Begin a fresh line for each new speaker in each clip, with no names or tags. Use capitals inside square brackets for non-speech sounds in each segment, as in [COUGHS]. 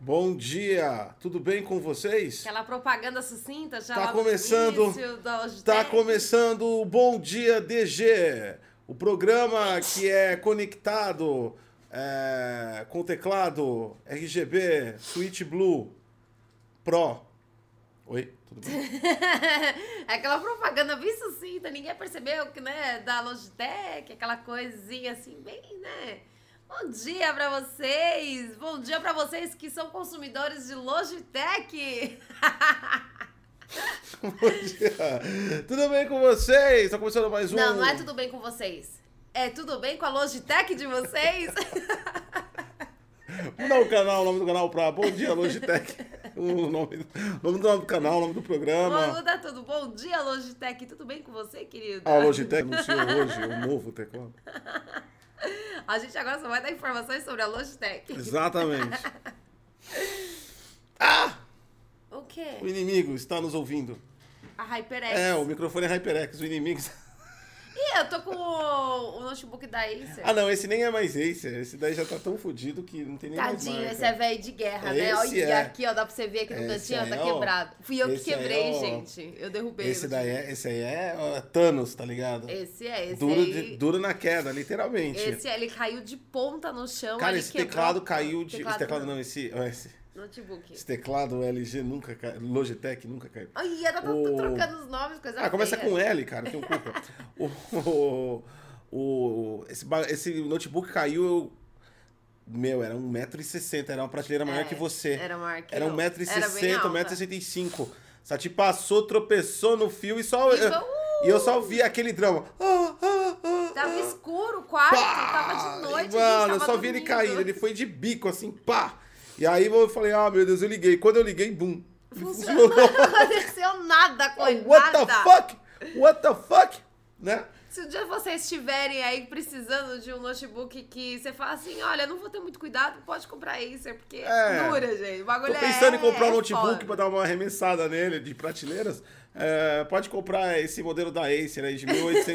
Bom dia, tudo bem com vocês?
Aquela propaganda sucinta já
Tá
logo no
começando.
início dos
Tá
dez. [LAUGHS]
começando o Bom Dia DG, o programa que é conectado é, com teclado RGB Switch Blue Pro. Oi, tudo
[LAUGHS]
bem?
É Aquela propaganda bem sucinta, ninguém percebeu que, né, da Logitech, aquela coisinha assim, bem, né? Bom dia pra vocês! Bom dia pra vocês que são consumidores de Logitech!
Bom dia. Tudo bem com vocês? Tá começando mais um.
Não, não é tudo bem com vocês. É tudo bem com a Logitech de
[LAUGHS]
vocês?
Vamos dar o canal, o nome do canal pra Bom
[LAUGHS]
Dia Logitech. o nome, nome do nome do canal, o nome do programa.
Vamos mudar tá tudo. Bom dia, Logitech. Tudo bem com você, querido?
A Logitech anunciou hoje o novo teclado.
A gente agora só vai dar informações sobre a Logitech.
[LAUGHS] Exatamente.
O quê?
Ah, O inimigo está nos ouvindo.
A HyperX.
É, o microfone é HyperX, o inimigo.
Ih, eu tô com o, o notebook da Acer.
Ah, não, esse nem é mais Acer. Esse daí já tá tão fodido que não tem nem mais.
Tadinho,
marca.
esse é velho de guerra, né?
Esse
Olha
é.
aqui, ó, dá pra você ver aqui no
Esse
cantinho, ó,
aí, é,
tá
ó.
quebrado. Fui eu
Esse
que
aí, é,
quebrei,
ó.
gente. Eu derrubei.
Esse
eu
daí é, esse aí é ó, Thanos, tá ligado?
tive- Esse é, esse
duro,
aí.
de- duro na queda, literalmente.
Esse é, ele caiu de ponta no chão.
Cara,
ali
esse
quebrou-
teclado caiu de.
Teclado
esse teclado não, esse, ó, esse,
Notebook.
esse teclado LG nunca caiu. Logitech nunca caiu.
Ai, ela tá, tá
O-
trocando os nomes, coisa
Ah, começa
feia.
com L, cara, tem um culpa. o, o, o- esse, ba- esse notebook caiu, eu. Meu, era 1,60m, era uma prateleira maior
É,
que você.
Era uma arquivo.
Era 1,60m,
Era bem alta.
1,65m. Só te passou, tropeçou no fio e só.
E foi,
eu- E eu só vi aquele drama. Ah, ah, ah,
uh, Tava
ah.
escuro o quarto, Tá, tava de
Pá!
noite.
Mano,
gente,
eu
tava
só vi ele
dormindo.
cair, ele foi de bico, assim, pá! E aí eu falei, ah, meu Deus, eu liguei. Quando eu liguei, bum.
Funcionou. [LAUGHS] Não aconteceu nada com ele.
What the
nada.
fuck? What the fuck? Né?
Se um dia vocês estiverem aí precisando de um notebook que você fala assim, olha, não vou ter muito cuidado, pode comprar Acer, porque
É.
dura, gente. O
Tô
bagulho
pensando
é,
em comprar um
é
notebook
foda.
pra dar uma arremessada nele de prateleiras. É, pode comprar esse modelo da Acer aí de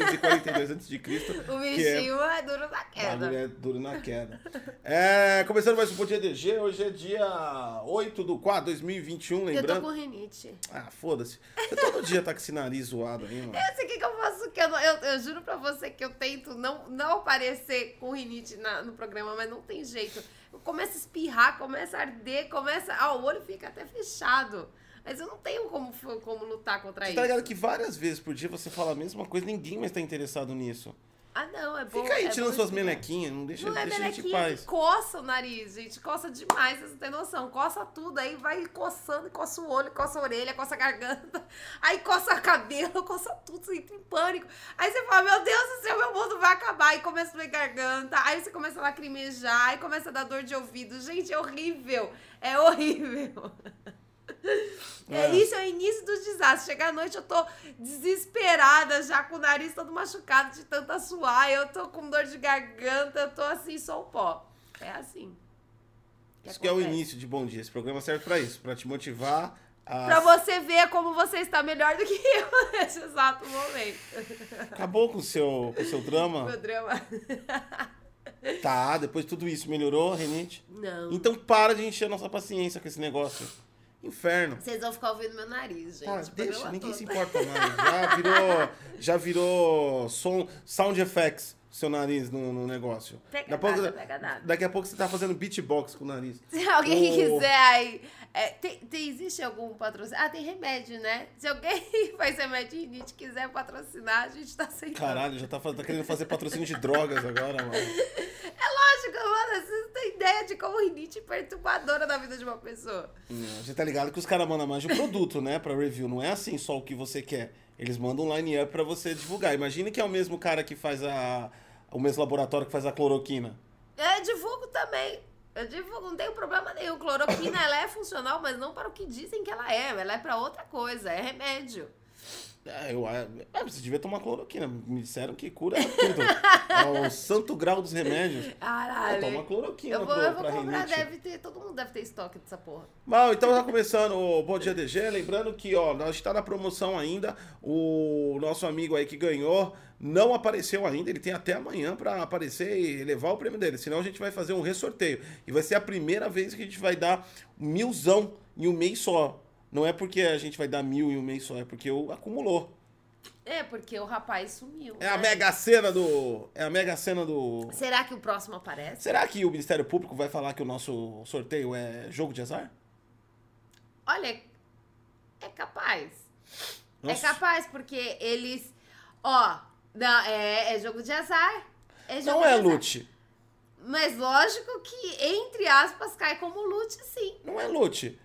1842 a.C. que é,
[LAUGHS] O bichinho é... duro da
bagulho
queda.
é duro na queda. É, começando mais um Bom Dia DG, hoje é dia 8 do 4 2021,
Eu tô
lembrando.
com rinite.
Ah, foda-se. Você todo dia tá com esse nariz zoado aí, mano.
Eu sei o que, que eu faço, que eu, não- eu, eu juro pra você que eu tento não, não aparecer com rinite na- no programa, mas não tem jeito. Eu começo a espirrar, começa a arder, começa... Ah, o olho fica até fechado. Mas eu não tenho como, como lutar contra
Você
isso.
tá ligado que várias vezes por dia você fala a mesma coisa, ninguém mais tá interessado nisso.
Ah, não, é bom.
Fica aí
é
tirando
bom
suas
espirrar.
melequinhas, não deixa,
Não é
deixa a gente em
melequinha
paz.
que coça o nariz, gente. Coça demais, vocês não têm noção. Coça tudo, aí vai coçando, coça o olho, coça a orelha, coça a garganta, [LAUGHS] aí coça o cabelo, [LAUGHS] coça tudo, você entra em pânico. Aí você fala, meu Deus do céu, meu mundo vai acabar. Aí começa a doer garganta, aí você começa a lacrimejar, aí começa a dar dor de ouvido. Gente, é horrível, é horrível. [LAUGHS] É.
É.
isso, é o início do desastre. Chegar à noite eu tô desesperada, já com o nariz todo machucado de tanta suar, eu tô com dor de garganta, eu tô assim, só o pó. É assim.
Isso que é o
acontece.
início de Bom Dia. Esse programa serve pra isso, pra te motivar a.
Pra você ver como você está melhor do que [LAUGHS] eu nesse exato momento.
Acabou com o seu, com o seu drama?
[LAUGHS] Meu drama.
Tá, depois tudo isso melhorou, Renite.
Não.
Então para de encher a nossa paciência com esse negócio. Inferno.
Vocês vão ficar ouvindo meu nariz, gente.
Tá,
o
deixa,
programa
ninguém
todo.
se importa mais. Já virou, já virou som, sound effects seu nariz no, no negócio.
Pega
Daqui a
nada,
pouco-
pega nada. [LAUGHS]
Daqui a pouco você tá fazendo beatbox com o nariz.
Se alguém
O-
quiser aí. é, tem, tem- existe algum patrocínio? Ah, tem remédio, né? Se alguém [LAUGHS] faz remédio de rinite e quiser patrocinar, a gente tá aceitando.
Caralho, já tá, fa- tá querendo fazer patrocínio de drogas agora, mano.
Lógico, mano, vocês não têm ideia de como rinite é perturbadora na vida de uma pessoa.
Não, Você tá ligado que os caras mandam mais de um produto, né? Pra review. Não é assim só o que você quer. Eles mandam um line-up pra você divulgar. Imagina que é o mesmo cara que faz a. O mesmo laboratório que faz a cloroquina.
Eu divulgo também. Eu divulgo, não tenho problema nenhum. Cloroquina, ela é funcional, mas não para o que dizem que ela é. Ela é para outra coisa, é remédio.
É, eu, é, é, você devia tomar cloroquina. Me disseram que cura é
[LAUGHS]
tudo. é o santo grau dos remédios.
Caralho.
É, toma cloroquina
eu vou,
pro-
eu vou
pra
comprar,
rinite.
deve ter. Todo mundo deve ter estoque dessa porra.
Bom, então tá começando o Bom Dia DG. Lembrando que, ó, nós está na promoção ainda. O nosso amigo aí que ganhou não apareceu ainda. Ele tem até amanhã pra aparecer e levar o prêmio dele. Senão a gente vai fazer um ressorteio. E vai ser a primeira vez que a gente vai dar milzão em um mês só. Não é porque a gente vai dar mil em um mês só, é porque eu acumulou.
É, porque o rapaz sumiu.
É a
né?
mega cena do. É a mega cena do.
Será que o próximo aparece?
Será que o Ministério Público vai falar que o nosso sorteio é jogo de azar?
Olha, é capaz.
Nossa.
É capaz, porque eles. Ó, não, é, é jogo de azar. É jogo
Não é
de azar.
loot.
Mas lógico que, entre aspas, cai como loot, sim.
Não é loot.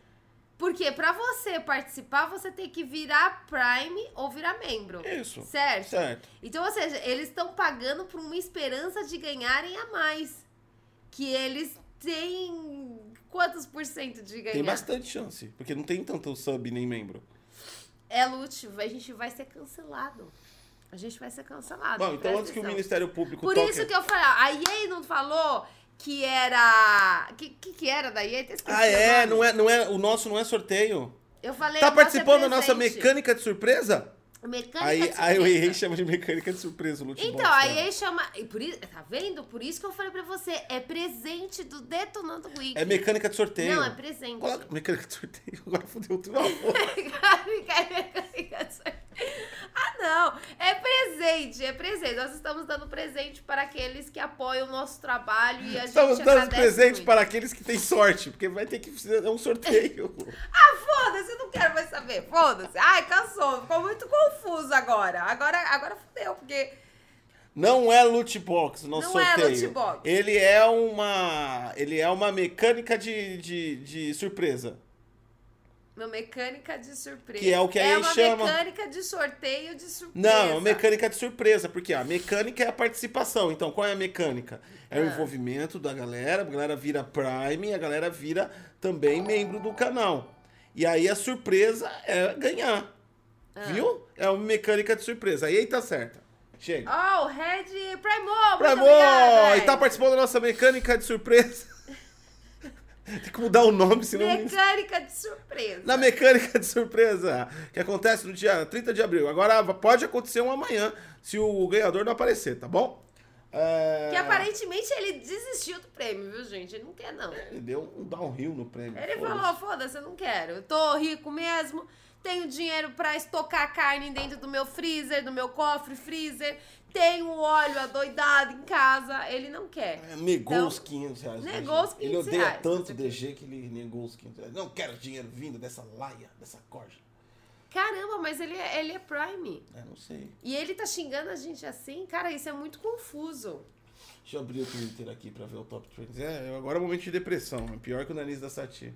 Porque pra você participar, você tem que virar Prime ou virar membro.
Isso.
Certo?
Certo.
Então, ou seja, eles estão pagando por uma esperança de ganharem a mais. Que eles têm quantos por cento de ganhar?
Tem bastante chance. Porque não tem tanto sub nem membro.
É loot, a gente vai ser cancelado. A gente vai ser cancelado.
Bom, então
presta
antes que o
atenção.
Ministério Público
Por
toque.
isso que eu falei, ó, a EA não falou que era. Que que, que era da EA? Até esqueci
Ah,
o
é?
nome.
Não é, não é? O nosso não é sorteio.
Eu falei.
tá
o nosso é
participando da nossa
presente.
mecânica de surpresa?
Mecânica
Aí,
de
aí o
surpresa.
EA chama de mecânica de surpresa o loot box,
Então, a
né?
EA chama. e por isso, tá vendo? Por isso que eu falei pra você, é presente do Detonando Wiki.
É mecânica de sorteio.
Não, é presente.
Coloca mecânica de sorteio. [LAUGHS] Agora fodeu tudo. Não,
[LAUGHS] ah, não. É presente, é presente. Nós estamos dando presente para aqueles que apoiam o nosso trabalho e a
Estamos
gente
dando
agradece
presente
muito.
para aqueles que têm sorte, porque vai ter que fazer um sorteio.
[LAUGHS] Ah, foda-se, eu não quero mais saber. Foda-se. Ai, cansou. Ficou muito confuso agora. Agora, agora fudeu, porque...
Não é loot box o nosso
Não é
sorteio.
loot box.
Ele é uma, ele é uma mecânica de, de, de surpresa.
Uma mecânica de surpresa.
Que é o que a EA
uma
chama.
mecânica de sorteio de surpresa.
Não, é uma mecânica de surpresa, porque a mecânica é a participação. Então, qual é a mecânica? É
Ah.
o envolvimento da galera, a galera vira Prime, a galera vira também membro do canal. E aí a surpresa é ganhar.
Ah.
Viu? É uma mecânica de surpresa. Aí tá certa. Chega.
Ó, o Red Primou,
Pra
muito obrigada,
amor! E
Red.
tá participando da nossa mecânica de surpresa. [LAUGHS] Tem que mudar o nome, senão.
Mecânica de surpresa.
Na mecânica de surpresa, que acontece no dia 30 de abril. Agora pode acontecer um amanhã, se o ganhador não aparecer, tá bom? É...
Que aparentemente ele desistiu do prêmio, viu, gente? Ele não quer, não.
Ele deu um downhill no prêmio.
Ele
foda-se.
falou, foda-se, eu não quero. Eu tô rico mesmo, tenho dinheiro pra estocar carne dentro do meu freezer, do meu cofre freezer, tenho óleo adoidado em casa. Ele não quer.
É, Negou
Então,
os 500 reais. do
negou
DG.
os
Ele
500
odeia
reais,
tanto
você-
o DG que ele negou os 500 reais. Não quero dinheiro vindo dessa laia, dessa corja.
Caramba, mas ele é, ele é prime.
É, não sei.
E ele tá xingando a gente assim? Cara, isso é muito confuso.
Deixa eu abrir o Twitter aqui pra ver o top trends. É, agora é um momento de depressão. É pior que o nariz da Sati.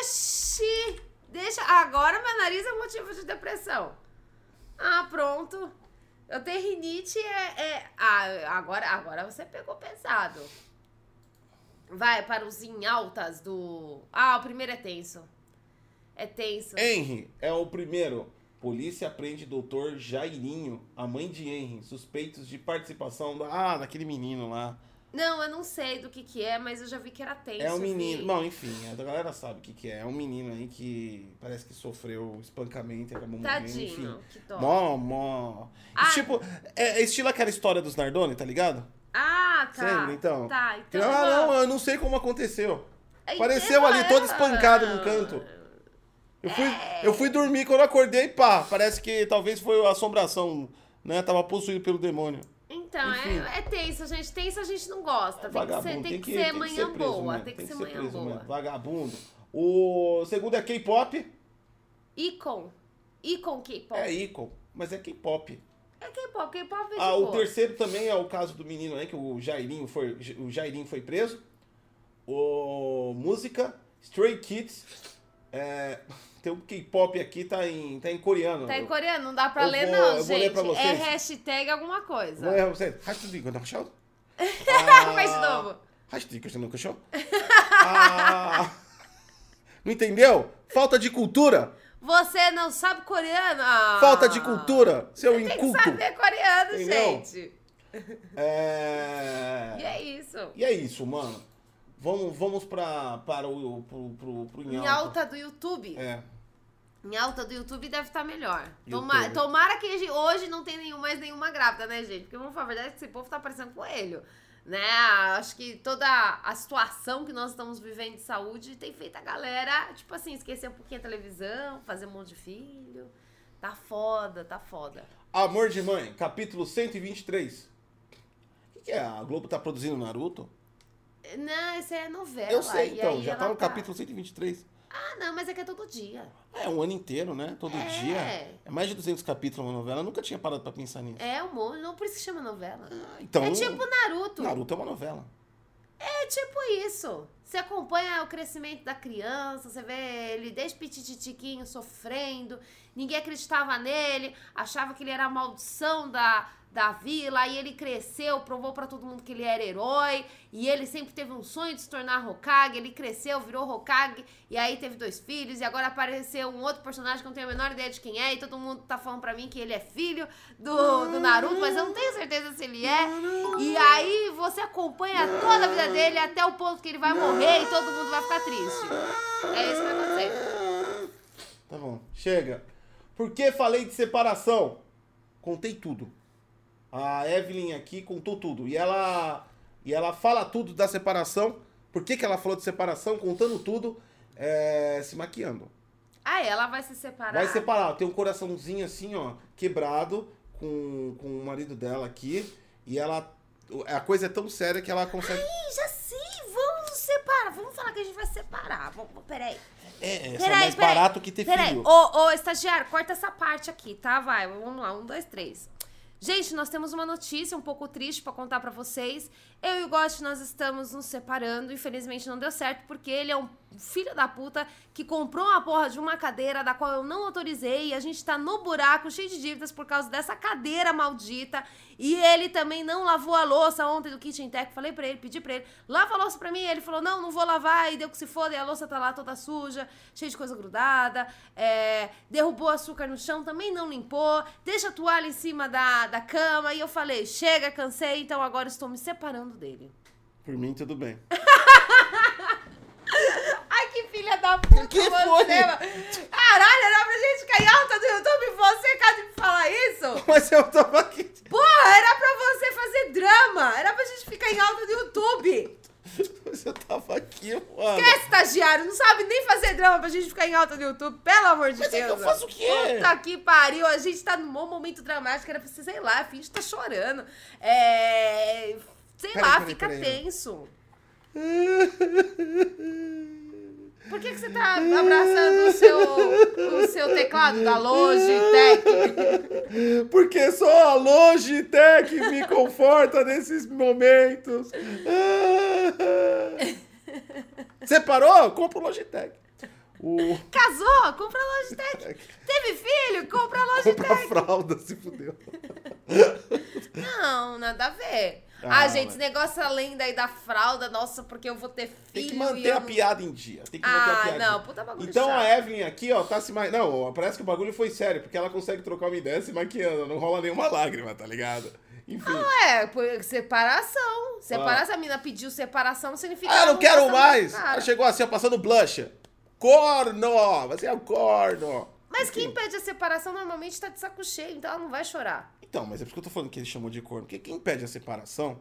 Oxi! Deixa. Agora meu nariz é motivo de depressão. Ah, pronto. Eu tenho rinite é. é- Ah, agora, agora você pegou pesado. Vai para os em altas do. Ah, o primeiro é tenso. É tenso.
Henry é o primeiro. Polícia prende doutor Jairinho, a mãe de Henry, suspeitos de participação da... Ah, daquele menino lá.
Não, eu não sei do que que é, mas eu já vi que era tenso. assim.
é um
vi.
menino... Bom, enfim, a galera sabe o que, que é. É um menino aí que parece que sofreu espancamento e acabou morrendo, enfim.
Tadinho, que dó.
Mó, mó...
Ah.
Tipo, é, é estilo aquela história dos Nardoni, tá ligado?
Ah,
Você
tá.
lembra, então?
Tá,
Que,
então.
ah,
eu
não,
vou-
eu não sei como aconteceu.
Então,
Apareceu ali todo espancado num
ah,
canto. Eu fui, eu fui dormir, quando eu acordei, pá, parece que talvez foi a assombração, né? Tava possuído pelo demônio.
Então,
Enfim.
é, é tenso, gente. Tenso a gente não gosta. tem, que ser, tem,
Vagabundo,
que, ser manhã
preso,
boa.
mano,
Tem que ser manhã
preso,
boa.
mano. Vagabundo. O segundo é K-pop.
Icon. Icon K-pop.
É
É,
Icon, mas é K-pop.
K-pop, K-pop é de
Ah, o
boa.
terceiro também é o caso do menino, né? Que o Jairinho foi, o Jairinho foi preso. O música, Stray Kids. É, tem um K-pop aqui, tá em, tá em coreano.
Tá em
Eu-
coreano, não dá pra
Eu
ler,
vou-
não,
eu vou
gente.
ler pra
É
vocês.
hashtag alguma coisa.
Não é você? Hashtag, não, show?
[LAUGHS] Faz
Ah,
de novo.
Hashtag, não, [LAUGHS] show? Ah, Não entendeu? Falta de cultura.
Você não sabe coreano. Ah,
Falta de cultura, seu
Tem que
inculto.
saber coreano,
Entendeu?
gente.
É...
E é isso.
E é isso, mano. Vamos, vamos pra, para o pro, pro, pro em
Em
alta.
alta do YouTube.
É.
Em alta do YouTube deve estar melhor.
YouTube.
Toma, tomara que hoje- hoje não tenha nenhum, mais nenhuma grávida, né, gente? Porque vamos falar a verdade, esse povo tá parecendo coelho. Né? Acho que toda a situação que nós estamos vivendo de saúde tem feito a galera, tipo assim, esquecer um pouquinho a televisão, fazer um monte de filho. Tá foda, tá foda.
Amor de Mãe, capítulo 123. O que, que é? A Globo tá produzindo Naruto?
Não, isso é novela.
Eu sei,
e
então.
aí
Já tá
ela
no capítulo 123.
Ah, não, mas é que é todo dia.
É, um ano inteiro, né? Todo
É.
dia. É mais de 200 capítulos uma novela. Eu nunca tinha parado pra pensar nisso.
É um monte, não por isso que chama novela.
Ah, Então,
é tipo Naruto.
Naruto é uma novela.
É tipo isso. Você acompanha o crescimento da criança, você vê ele desde pititiquinho sofrendo, ninguém acreditava nele, achava que ele era a maldição da, da vila, e ele cresceu, provou pra todo mundo que ele era herói, e ele sempre teve um sonho de se tornar Hokage, ele cresceu, virou Hokage, e aí teve dois filhos, e agora apareceu um outro personagem que eu não tenho a menor ideia de quem é, e todo mundo tá falando pra mim que ele é filho do, do Naruto, mas eu não tenho certeza se ele é. E aí você acompanha toda a vida dele até o ponto que ele vai morrer e todo mundo vai ficar triste. É isso que vai acontecer.
Tá bom, chega. Por que falei de separação? Contei tudo. A Evelyn aqui contou tudo. E ela, e ela fala tudo da separação. Por que, que ela falou de separação? Contando tudo, é, se maquiando.
Ah, ela vai se separar.
Vai separar. Tem um coraçãozinho assim, ó, quebrado com, com o marido dela aqui. E ela. A coisa é tão séria que ela consegue.
Ih, já sei, vamos nos separar. Vamos falar que a gente vai separar. Vamos, peraí.
É, é, isso é
Peraí,
mais
peraí.
barato que ter
Peraí,
filho.
ô, ô, estagiário, corta essa parte aqui, tá? Vai, vamos lá, um, dois, três. Gente, nós temos uma notícia um pouco triste pra contar pra vocês. Eu e o Gotti, nós estamos nos separando. Infelizmente não deu certo, porque ele é um filho da puta que comprou uma porra de uma cadeira da qual eu não autorizei. E a gente tá no buraco, cheio de dívidas por causa dessa cadeira maldita. E ele também não lavou a louça ontem do Kitchen Tech. Falei pra ele, pedi pra ele, lava a louça pra mim. Ele falou, não, não vou lavar. E deu que se foda. E a louça tá lá toda suja, cheia de coisa grudada. é, derrubou açúcar no chão, também não limpou. Deixa a toalha em cima da, da cama. E eu falei, chega, cansei. Então agora estou me separando dele.
Por mim, tudo bem. [LAUGHS]
Ai, que filha da puta
Que
você,
foi?
mano. Caralho, era pra gente cair alta do YouTube e você acaba de me falar isso?
Mas eu tava aqui.
Porra, era pra você fazer drama. Era pra gente ficar em alta do YouTube.
Mas eu tava aqui, mano.
Que é estagiário? Não sabe nem fazer drama pra gente ficar em alta no YouTube, pelo amor de
Mas é que
Deus.
eu faço o quê?
Puta que pariu, a gente tá num bom momento dramático, era pra você, sei lá, finge que tá chorando. É. Sei
Peraí,
lá,
peraí,
fica
peraí.
tenso. Por que, que você tá abraçando o seu, o seu teclado da Logitech?
Porque só a Logitech me conforta nesses momentos. Separou? Compra o Logitech. O...
Casou? Compra a Logitech. Teve filho? Compra a Logitech.
Compra a fralda, se fudeu.
Não, nada a ver.
Ah,
Ah, gente,
mas-
esse negócio além daí da fralda, nossa, porque eu vou ter filho.
Tem que
e
manter
eu
a
não-
piada em dia. Tem que manter a
Ah,
piada em
não,
dia.
puta bagulho.
Então
chato.
a Evelyn aqui, ó, tá se ma... Não, ó, parece que o bagulho foi sério, porque ela consegue trocar uma ideia se maquiando, não rola nenhuma lágrima, tá ligado? Enfim.
É, por separação. Separação, a mina pediu separação, não significa.
Ah, eu
ela
não quero
gosta da
mais!
cara.
Ela chegou assim, ó, passando blush. Corno! Você é o corno!
Mas quem pede a separação normalmente tá de saco cheio, então ela não vai chorar.
Então, mas é por isso que eu tô falando que ele chamou de corno. Porque quem pede a separação,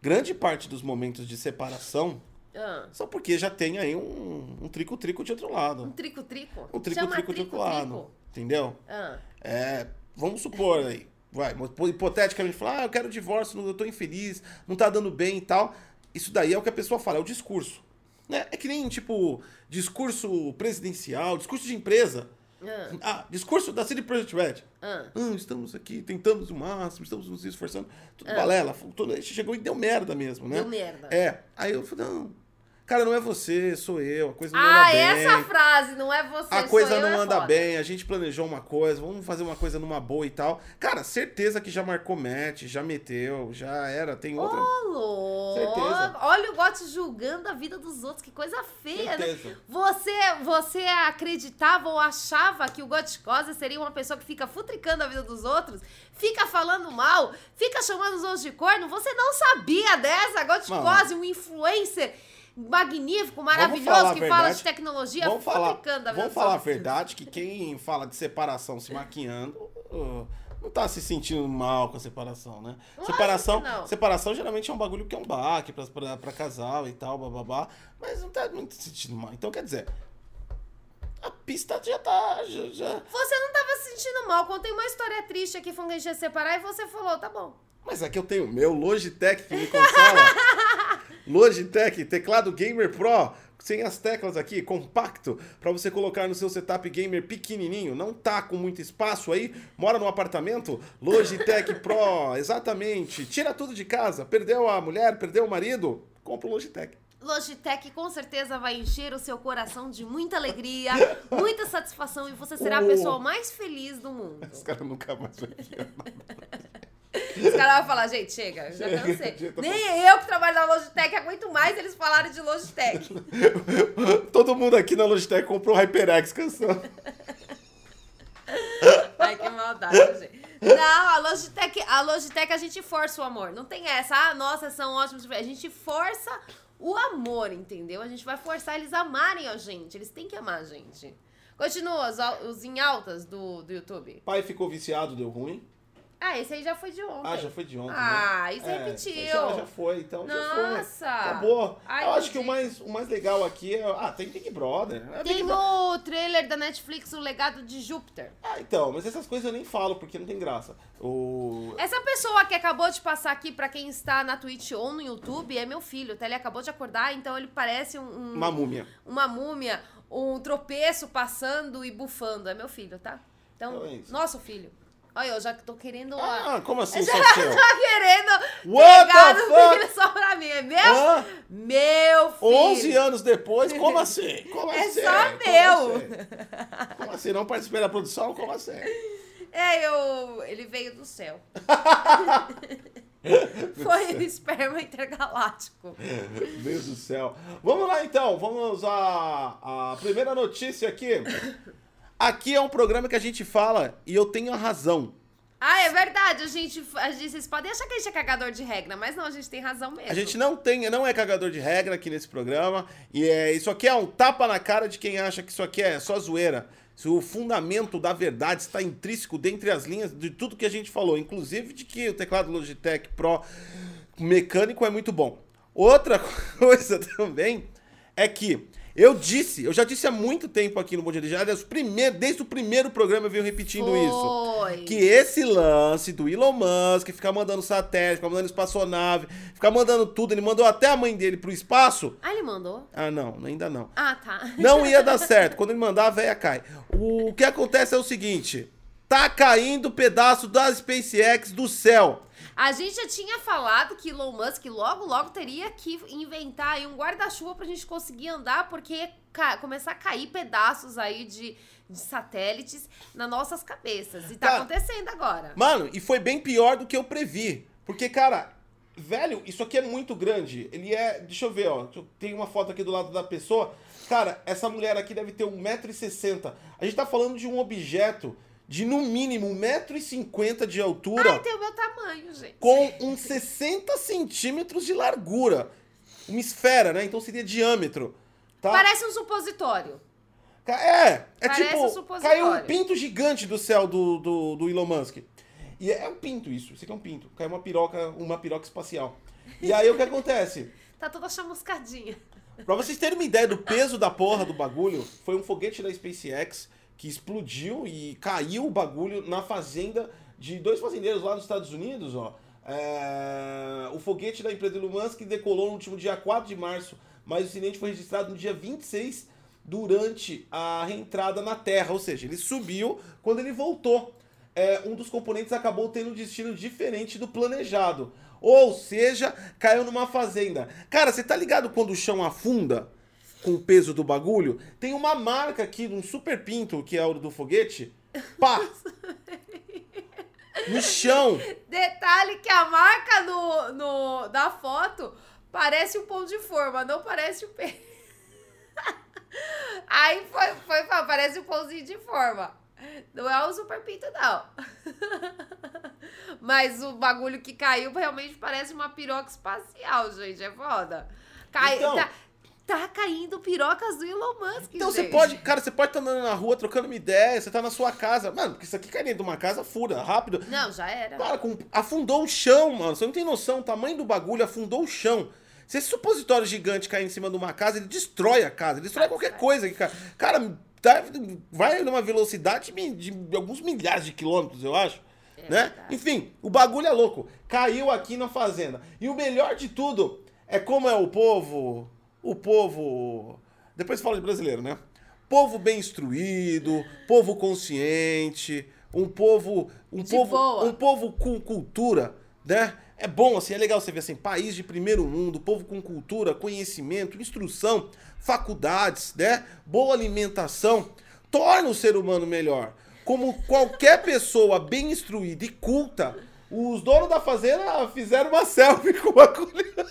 grande parte dos momentos de separação
Ah,
são porque já tem aí um um trico-trico de outro
Um
lado.
trico-trico?
Um
Chama
trico-trico de outro lado.
é trico-trico.
Entendeu?
Ah,
É, vamos supor aí, vai, hipo- hipoteticamente, falar, ah, eu quero divórcio, não- eu tô infeliz, não tá dando bem e tal. Isso daí é o que a pessoa fala, é o discurso. Né? É que nem, tipo, discurso presidencial, discurso de empresa.
ah,
Ah, discurso da City Project Red.
ah.
Ah, estamos aqui, tentamos o máximo, estamos nos esforçando. Tudo balela, tudo, a gente chegou e deu merda mesmo, né?
Deu merda.
É, aí eu falei, não, Cara, não é você, sou eu, a coisa não anda
Ah,
bem.
essa frase, não é você.
A
sou
coisa
eu,
não
é
anda
foda.
bem, a gente planejou uma coisa, vamos fazer uma coisa numa boa e tal. Cara, certeza que já marcou match, já meteu, já era, tem
Ô,
outra.
louco!
Certeza.
Olha o Gotti julgando a vida dos outros, que coisa feia, né?
certeza.
Você, você acreditava ou achava que o Gotchkosa seria uma pessoa que fica futricando a vida dos outros, fica falando mal, fica chamando os outros de corno? Você não sabia dessa, Gotchkosa, um influencer magnífico,
falar
maravilhoso,
a
que fala
verdade.
de tecnologia,
Vamos falar,
futricando a vida
vamos
dos
falar a
outros.
verdade que quem fala de separação se maquiando uh, não tá se sentindo mal com a separação, né?
Lógico
separação,
que não.
separação geralmente é um bagulho que é um baque pra, pra, pra casal e tal, bababá, mas não tá muito se sentindo mal. Então, quer dizer, a pista já tá. Já, já-
Você não tava se sentindo mal, contei uma história triste aqui, foi que a gente ia separar, e você falou, tá bom.
Mas aqui eu tenho o meu Logitech que me consola. Logitech, teclado Gamer Pro, sem as teclas aqui, compacto, pra você colocar no seu setup gamer pequenininho. Não tá com muito espaço aí, mora num apartamento? Logitech Pro, exatamente. Tira tudo de casa, perdeu a mulher, perdeu o marido? Compra o Logitech.
Logitech com certeza vai encher o seu coração de
[LAUGHS]
muita alegria, muita satisfação e você será a
Oh.
pessoa mais feliz do mundo.
Os caras nunca mais vão ver.
Os caras vão falar, gente, chega, já
Chega,
cansei.
já tá
Nem eu que trabalho na Logitech aguento mais eles falarem de Logitech.
[LAUGHS] Todo mundo aqui na Logitech comprou HyperX, canção.
Ai, que maldade, gente. Não, a Logitech, a Logitech a gente força o amor. Não tem essa, ah, nossa, são ótimos. A gente força o amor, entendeu? A gente vai forçar eles a amarem a gente. Eles têm que amar a gente. Continua os, al- os em altas do, do YouTube.
Pai ficou viciado, deu ruim.
Ah, esse aí já foi de ontem.
Ah, já foi de ontem.
Ah,
né?
isso repetiu.
Já, já foi, então já foi.
Nossa!
Acabou.
Ai,
Eu acho
gente.
que o mais, o mais legal aqui é. Ah, tem Big Brother. É Big
Tem
Bro-
o trailer da Netflix, O Legado de Júpiter.
Ah, então, mas essas coisas eu nem falo porque não tem graça. O...
Essa pessoa que acabou de passar aqui, pra quem está na Twitch ou no YouTube, é meu filho, tá? Ele acabou de acordar, então ele parece um, um-
Uma múmia.
uma múmia, um tropeço passando e bufando. É meu filho, tá? Então,
Então é isso.
nosso filho. Olha, eu já tô querendo... a-
Ah, como assim,
eu
só
já
seu?
tô [LAUGHS] querendo
What
pegar
the
do
fuck?
filho só pra mim. É meu?
Hã?
Meu filho!
11 anos depois, como assim? Como
É
assim?
só
Como
meu.
assim? Como assim? Não participei da produção? Como assim? [LAUGHS]
É, eu. Ele veio do céu. [LAUGHS] Foi o esperma intergaláctico.
Meu Deus do céu. Vamos lá então, vamos à, à primeira notícia aqui. Aqui é um programa que a gente fala e eu tenho a razão.
Ah, é verdade. A gente, a gente. Vocês podem achar que a gente é cagador de regra, mas não, a gente tem razão mesmo.
A gente não tem, não é cagador de regra aqui nesse programa. E é, isso aqui é um tapa na cara de quem acha que isso aqui é só zoeira. Se o fundamento da verdade está intrínseco dentre as linhas de tudo que a gente falou, inclusive de que o teclado Logitech Pro mecânico é muito bom. Outra [LAUGHS] coisa também é que eu disse, eu já disse há muito tempo aqui no Bom Dia de Jardim, aliás, primeiro- desde o primeiro programa eu venho repetindo isso.
Foi.
Que esse lance do Elon Musk ficar mandando satélite, ficar mandando espaçonave, ficar mandando tudo, ele mandou até a mãe dele pro espaço.
Ah, ele mandou?
Ah, não, ainda não.
Ah, tá. [LAUGHS]
Não ia dar certo. Quando ele mandar, a véia cai. O que acontece é o seguinte: tá caindo pedaço da SpaceX do céu.
A gente já tinha falado que Elon Musk logo, logo teria que inventar aí um guarda-chuva pra gente conseguir andar, porque ia ca- começar a cair pedaços aí de, de satélites nas nossas cabeças. E tá
Cara,
acontecendo agora.
Mano, e foi bem pior do que eu previ. Porque, cara, velho, isso aqui é muito grande. Ele é. Deixa eu ver, ó. Tem uma foto aqui do lado da pessoa. Cara, essa mulher aqui deve ter 1,60m. A gente tá falando de um objeto de no mínimo 1,50m de altura
Ai, tem o meu tamanho, gente.
com uns 60 centímetros de largura. Uma esfera, né? Então seria diâmetro. Tá?
Parece um supositório.
Ca- É, é
Parece um
tipo,
supositório.
caiu um pinto gigante do céu do, do, do Elon Musk. E é um pinto isso, isso aqui é um pinto. Caiu uma piroca, uma piroca espacial. E aí o que acontece?
Tá toda chamuscadinha.
Pra vocês terem uma ideia do peso da porra do bagulho, foi um foguete da SpaceX que explodiu e caiu o bagulho na fazenda de dois fazendeiros lá nos Estados Unidos, ó. É, O foguete da empresa Elon Musk decolou no último dia 4 de março, mas o incidente foi registrado no dia 26 durante a reentrada na Terra, ou seja, ele subiu quando ele voltou. É, um dos componentes acabou tendo um destino diferente do planejado. Ou seja, caiu numa fazenda. Cara, você tá ligado quando o chão afunda com o peso do bagulho? Tem uma marca aqui, um super pinto, que é o do foguete. Pá! No chão!
Detalhe que a marca no, no, da foto parece um pão de forma, não parece um peixe. [LAUGHS] Aí foi, foi, foi, parece um pãozinho de forma. Não é um super pinto, não. [LAUGHS] Mas o bagulho que caiu realmente parece uma piroca espacial, gente. É foda. Cai,
Então-
tá, tá caindo pirocas do Elon Musk,
Então
gente.
você pode, cara, você pode estar andando na rua trocando uma ideia, você tá na sua casa. Mano, porque isso aqui cai dentro de uma casa, fura, rápido.
Não, já era.
Cara, com- afundou o chão, mano. Você não tem noção, o tamanho do bagulho afundou o chão. Se esse supositório gigante cair em cima de uma casa, ele destrói a casa, ele destrói qualquer coisa. que ca- Cara, tá- vai numa velocidade mi- de alguns milhares de quilômetros, eu acho. né?
É verdade.
Enfim, o bagulho é louco. Caiu aqui na fazenda. E o melhor de tudo é como é o povo. O povo. Depois fala de brasileiro, né? Povo bem instruído, povo consciente, um povo. Um
De
povo,
boa.
um povo com cultura, né? É bom, assim, é legal você ver assim, país de primeiro mundo, povo com cultura, conhecimento, instrução, faculdades, né? Boa alimentação, torna o ser humano melhor. Como qualquer pessoa bem instruída e culta, os donos da fazenda fizeram uma selfie [LAUGHS] com a colina.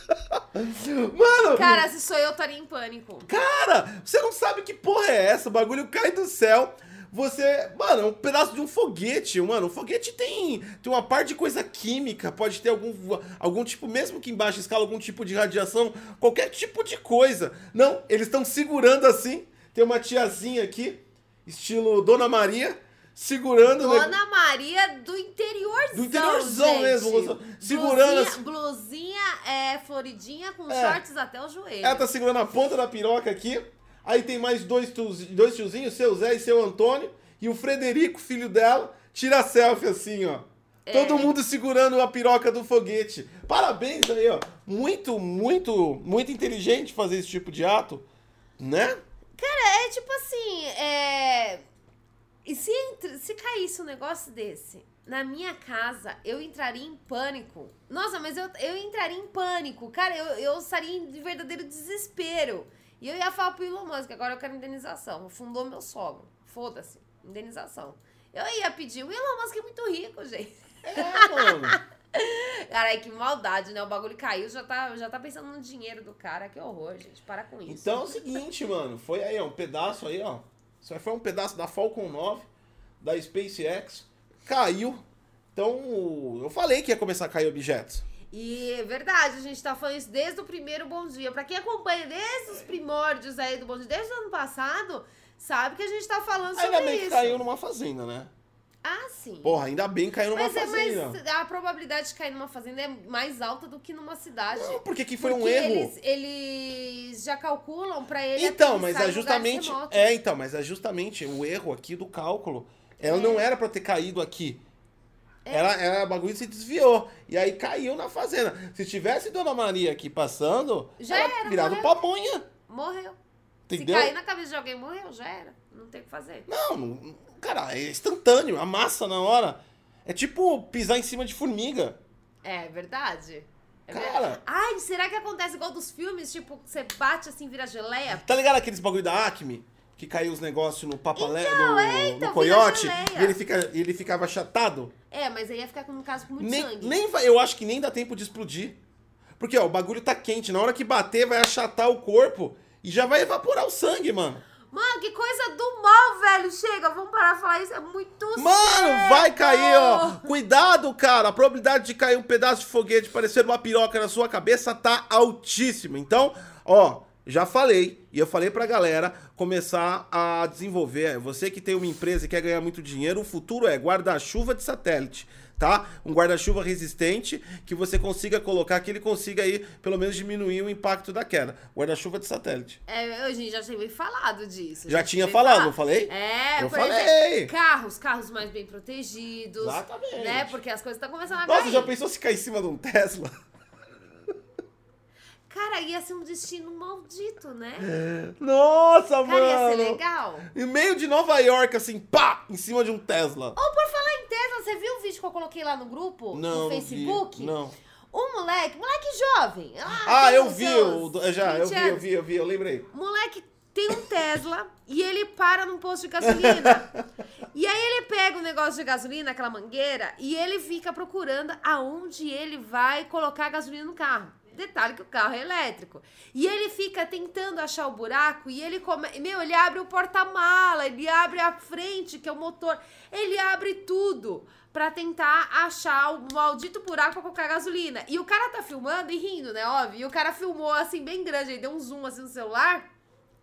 Mano,
Cara, se sou eu, estaria em pânico.
Cara, você não sabe que porra é essa. O bagulho cai do céu. Você. Mano, é um pedaço de um foguete, mano. Um foguete tem, tem uma parte de coisa química. Pode ter algum, algum tipo, mesmo que em baixa escala, algum tipo de radiação, qualquer tipo de coisa. Não, eles estão segurando assim. Tem uma tiazinha aqui, estilo Dona Maria, segurando. o neg-
Dona Maria do interiorzão.
Do interiorzão
gente.
mesmo, moça. Segurando as-
Blusinha, blusinha é, floridinha com
É.
shorts até o joelho.
Ela tá segurando a ponta da piroca aqui. Aí tem mais dois, tios- dois tiozinhos, seu Zé e seu Antônio. E o Frederico, filho dela, tira a selfie assim, ó. Todo mundo segurando a piroca do foguete. Parabéns aí, ó. Muito, muito, muito inteligente fazer esse tipo de ato, né?
Cara, é tipo assim, é... E se, entra- se caísse um negócio desse na minha casa, eu entraria em pânico. Nossa, mas eu, eu entraria em pânico. Cara, eu, eu estaria em verdadeiro desespero. E eu ia falar pro Elon Musk, agora eu quero indenização. Fundou meu sogro. Foda-se. Indenização. Eu ia pedir. O Elon Musk é muito rico, gente.
É, mano.
Caralho, que maldade, né? O bagulho caiu, já tá, já tá pensando no dinheiro do cara. Que horror, gente. Para com isso.
Então é o seguinte, mano. Foi aí, ó, um pedaço aí, ó. Isso aí foi um pedaço da Falcon 9, da SpaceX. Caiu. Então, eu falei que ia começar a cair objetos.
E é verdade, a gente tá falando isso desde o primeiro Bom Dia. Pra quem acompanha desde os primórdios aí do Bom Dia, desde o ano passado, sabe que a gente tá falando sobre
Ainda bem
isso.
que caiu numa fazenda, né?
Ah, sim.
Porra, ainda bem que caiu numa
mas, é,
fazenda.
mas a probabilidade de cair numa fazenda é mais alta do que numa cidade.
Não, porque que foi um
Porque
erro.
Eles, eles já calculam pra ele
Então, mas é
aterrissar em lugares
justamente.
remotos.
É, então, mas é justamente o erro aqui do cálculo. Ela
É.
não era pra ter caído aqui. Ela, ela, o bagulho se desviou. E aí caiu na fazenda. Se tivesse Dona Maria aqui passando,
Já
ela
era,
virava
morreu.
pamonha.
Morreu.
Entendeu?
Se cair na cabeça de alguém, morreu, já era. Não tem o que fazer.
Não, não- cara, é instantâneo. Amassa na hora. É tipo pisar em cima de formiga.
É verdade. É
Cara.
verdade. Ai, será que acontece igual dos filmes? Tipo, você bate assim, vira geleia?
Tá ligado aqueles bagulho da Acme? Que caiu os negócios no papalé, no,
é,
no
então,
coiote,
vira geleia.
e ele, fica, ele ficava achatado.
É, mas aí ia ficar com um caso com muito
Nem,
sangue.
nem vai, eu acho que nem dá tempo de explodir. Porque, ó, o bagulho tá quente. Na hora que bater, vai achatar o corpo e já vai evaporar o sangue, mano.
Mano, que coisa do mal, velho. Chega, vamos parar de falar isso. É muito
Mano,
cedo.
vai cair, ó. Cuidado, cara. A probabilidade de cair um pedaço de foguete parecendo uma piroca na sua cabeça tá altíssima. Então, ó, já falei e eu falei pra galera começar a desenvolver. Você que tem uma empresa e quer ganhar muito dinheiro, o futuro é guarda-chuva de satélite. Tá? Um guarda-chuva resistente que você consiga colocar, que ele consiga aí, pelo menos, diminuir o impacto da queda. Guarda-chuva de satélite.
É, a gente já tinha bem falado disso.
Já tinha
bem
falado, não falei?
É,
Eu
por exemplo,
falei.
Carros, carros mais bem protegidos.
Exatamente.
Né? Porque as coisas estão começando a
Nossa,
cair.
já pensou se cair em cima de um Tesla?
Cara, ia ser um destino maldito, né?
Nossa, É, mano!
Cara, ia ser legal.
No meio de Nova York, assim, pá, em cima de um Tesla.
Ou por falar em Tesla, você viu o vídeo que eu coloquei lá Oh, no
não,
grupo? no
não vi.
Facebook?
Não.
Um moleque, moleque jovem. Ah,
Ah,
tem
eu
uns
vi,
seus
o- eu já, eu
20
vi, eu
anos.
vi, eu vi, eu lembrei.
Moleque tem um Tesla e ele para num posto de gasolina. e aí ele pega o negócio de gasolina, aquela mangueira, e ele fica procurando aonde ele vai colocar a gasolina no carro. Detalhe que o carro é elétrico. E ele fica tentando achar o buraco e ele come... Meu, ele abre o porta-mala, ele abre a frente, que é o motor. Ele abre tudo pra tentar achar o maldito buraco pra colocar gasolina. E o cara tá filmando e rindo, né? Óbvio. E o cara filmou assim, bem grande, ele deu um zoom assim no celular.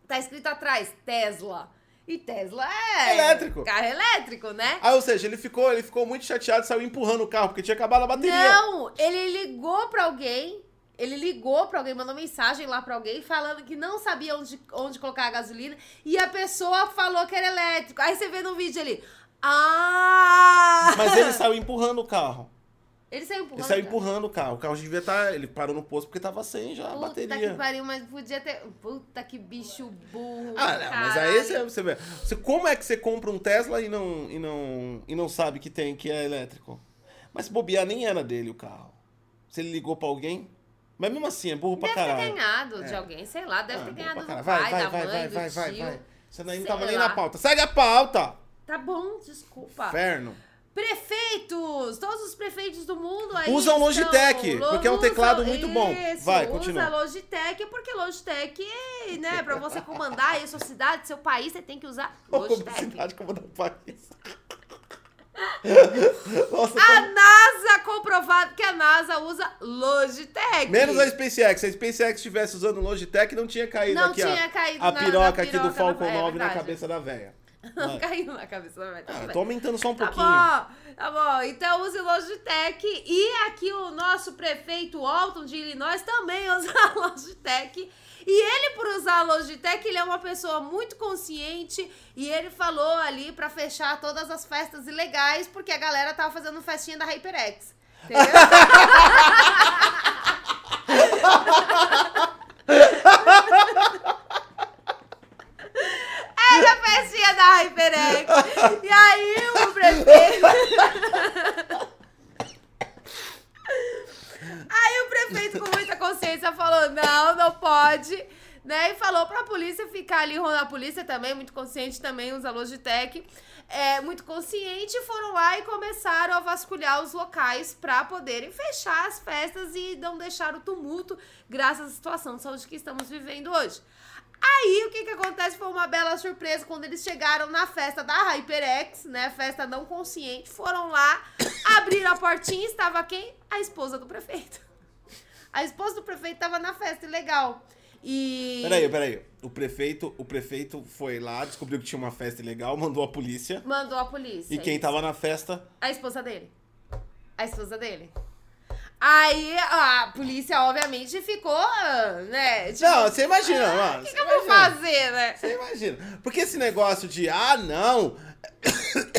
Tá escrito atrás, Tesla. E Tesla é.
Elétrico.
Carro elétrico, né?
Ah, ou seja, ele ficou, ele ficou muito chateado e saiu empurrando o carro, porque tinha acabado a bateria.
Não, ele ligou pra alguém. Ele ligou pra alguém, mandou mensagem lá pra alguém falando que não sabia onde, onde colocar a gasolina e a pessoa falou que era elétrico. Aí você vê no vídeo ali. Ah!
Mas ele saiu empurrando o
[LAUGHS]
carro.
Ele saiu empurrando.
Ele saiu
cara.
empurrando o carro. O carro devia estar. Ele parou no posto porque tava sem já a
Puta
bateria.
que pariu, mas podia ter. Puta que bicho burro.
Ah, não, mas
caralho.
aí você, você vê. Você- como é que você compra um Tesla e não, e não, e não sabe que tem, que é elétrico? Mas se bobear, nem era dele o carro. Se ele ligou pra alguém. Mas mesmo assim, é burro pra
Deve
caralho.
ter ganhado de
É.
alguém, sei lá, deve
Ah,
ter
burro
ganhado
pra
do pai,
caralho. vai,
da
vai,
mãe,
vai,
do
vai,
tio.
vai, vai. Você daí não
Sei
tava nem
lá.
na pauta. Segue a pauta!
Tá bom, desculpa.
Inferno.
Prefeitos! Todos os prefeitos do mundo aí.
Usam
estão-
Logitech,
lo-
porque é um
usam-
teclado muito bom.
Isso,
Vai, continua.
Usa Logitech, porque Logitech, é, né, pra você comandar aí sua cidade, seu país, você tem que usar
[LAUGHS] Ô,
Logitech.
Publicidade como da
[LAUGHS]
país. Nossa,
A
tá...
NASA comprovado que a NASA usa Logitech.
Menos
[LAUGHS]
a SpaceX. Se a SpaceX estivesse usando Logitech, não tinha caído
Não
aqui
tinha
a,
caído
a
na-
piroca,
na
aqui do
piroca
Falcon
da- é
9 na
verdade.
cabeça da véia.
[LAUGHS] Não
É.
caiu na cabeça da
Ah, eu
verdade.
tô aumentando só um
Tá
pouquinho.
bom, tá bom. Então use Logitech. E aqui o nosso prefeito Walton de Illinois também [LAUGHS] usa a Logitech. E ele, por usar a Logitech, ele é uma pessoa muito consciente. E ele falou ali pra fechar todas as festas ilegais, porque a galera tava fazendo festinha da HyperX.
[LAUGHS]
Entendeu? Era a festinha da HyperX. E aí o prefeito. Aí o prefeito, com muita consciência, falou: não, não pode. Né? E falou pra polícia ficar ali, a polícia também, muito consciente, também usa Logitech, é, muito consciente, foram lá e começaram a vasculhar os locais pra poderem fechar as festas e não deixar o tumulto, graças à situação de saúde que estamos vivendo hoje. Aí o que que acontece foi uma bela surpresa quando eles chegaram na festa da HyperX, né? Festa não consciente. Foram lá, abriram a portinha, estava quem? A esposa do prefeito. A esposa do prefeito estava na festa, legal. E
Peraí, peraí. O prefeito, o prefeito foi lá, descobriu que tinha uma festa ilegal, mandou a polícia.
mandou a polícia.
E quem tava na festa.
A esposa dele. A esposa dele. Aí a polícia obviamente ficou, né? Tipo,
Não, você imagina, mano.
o que,
você
que eu vou
imagina.
fazer, né?
Você imagina. Porque esse negócio de, ah, não, [COUGHS]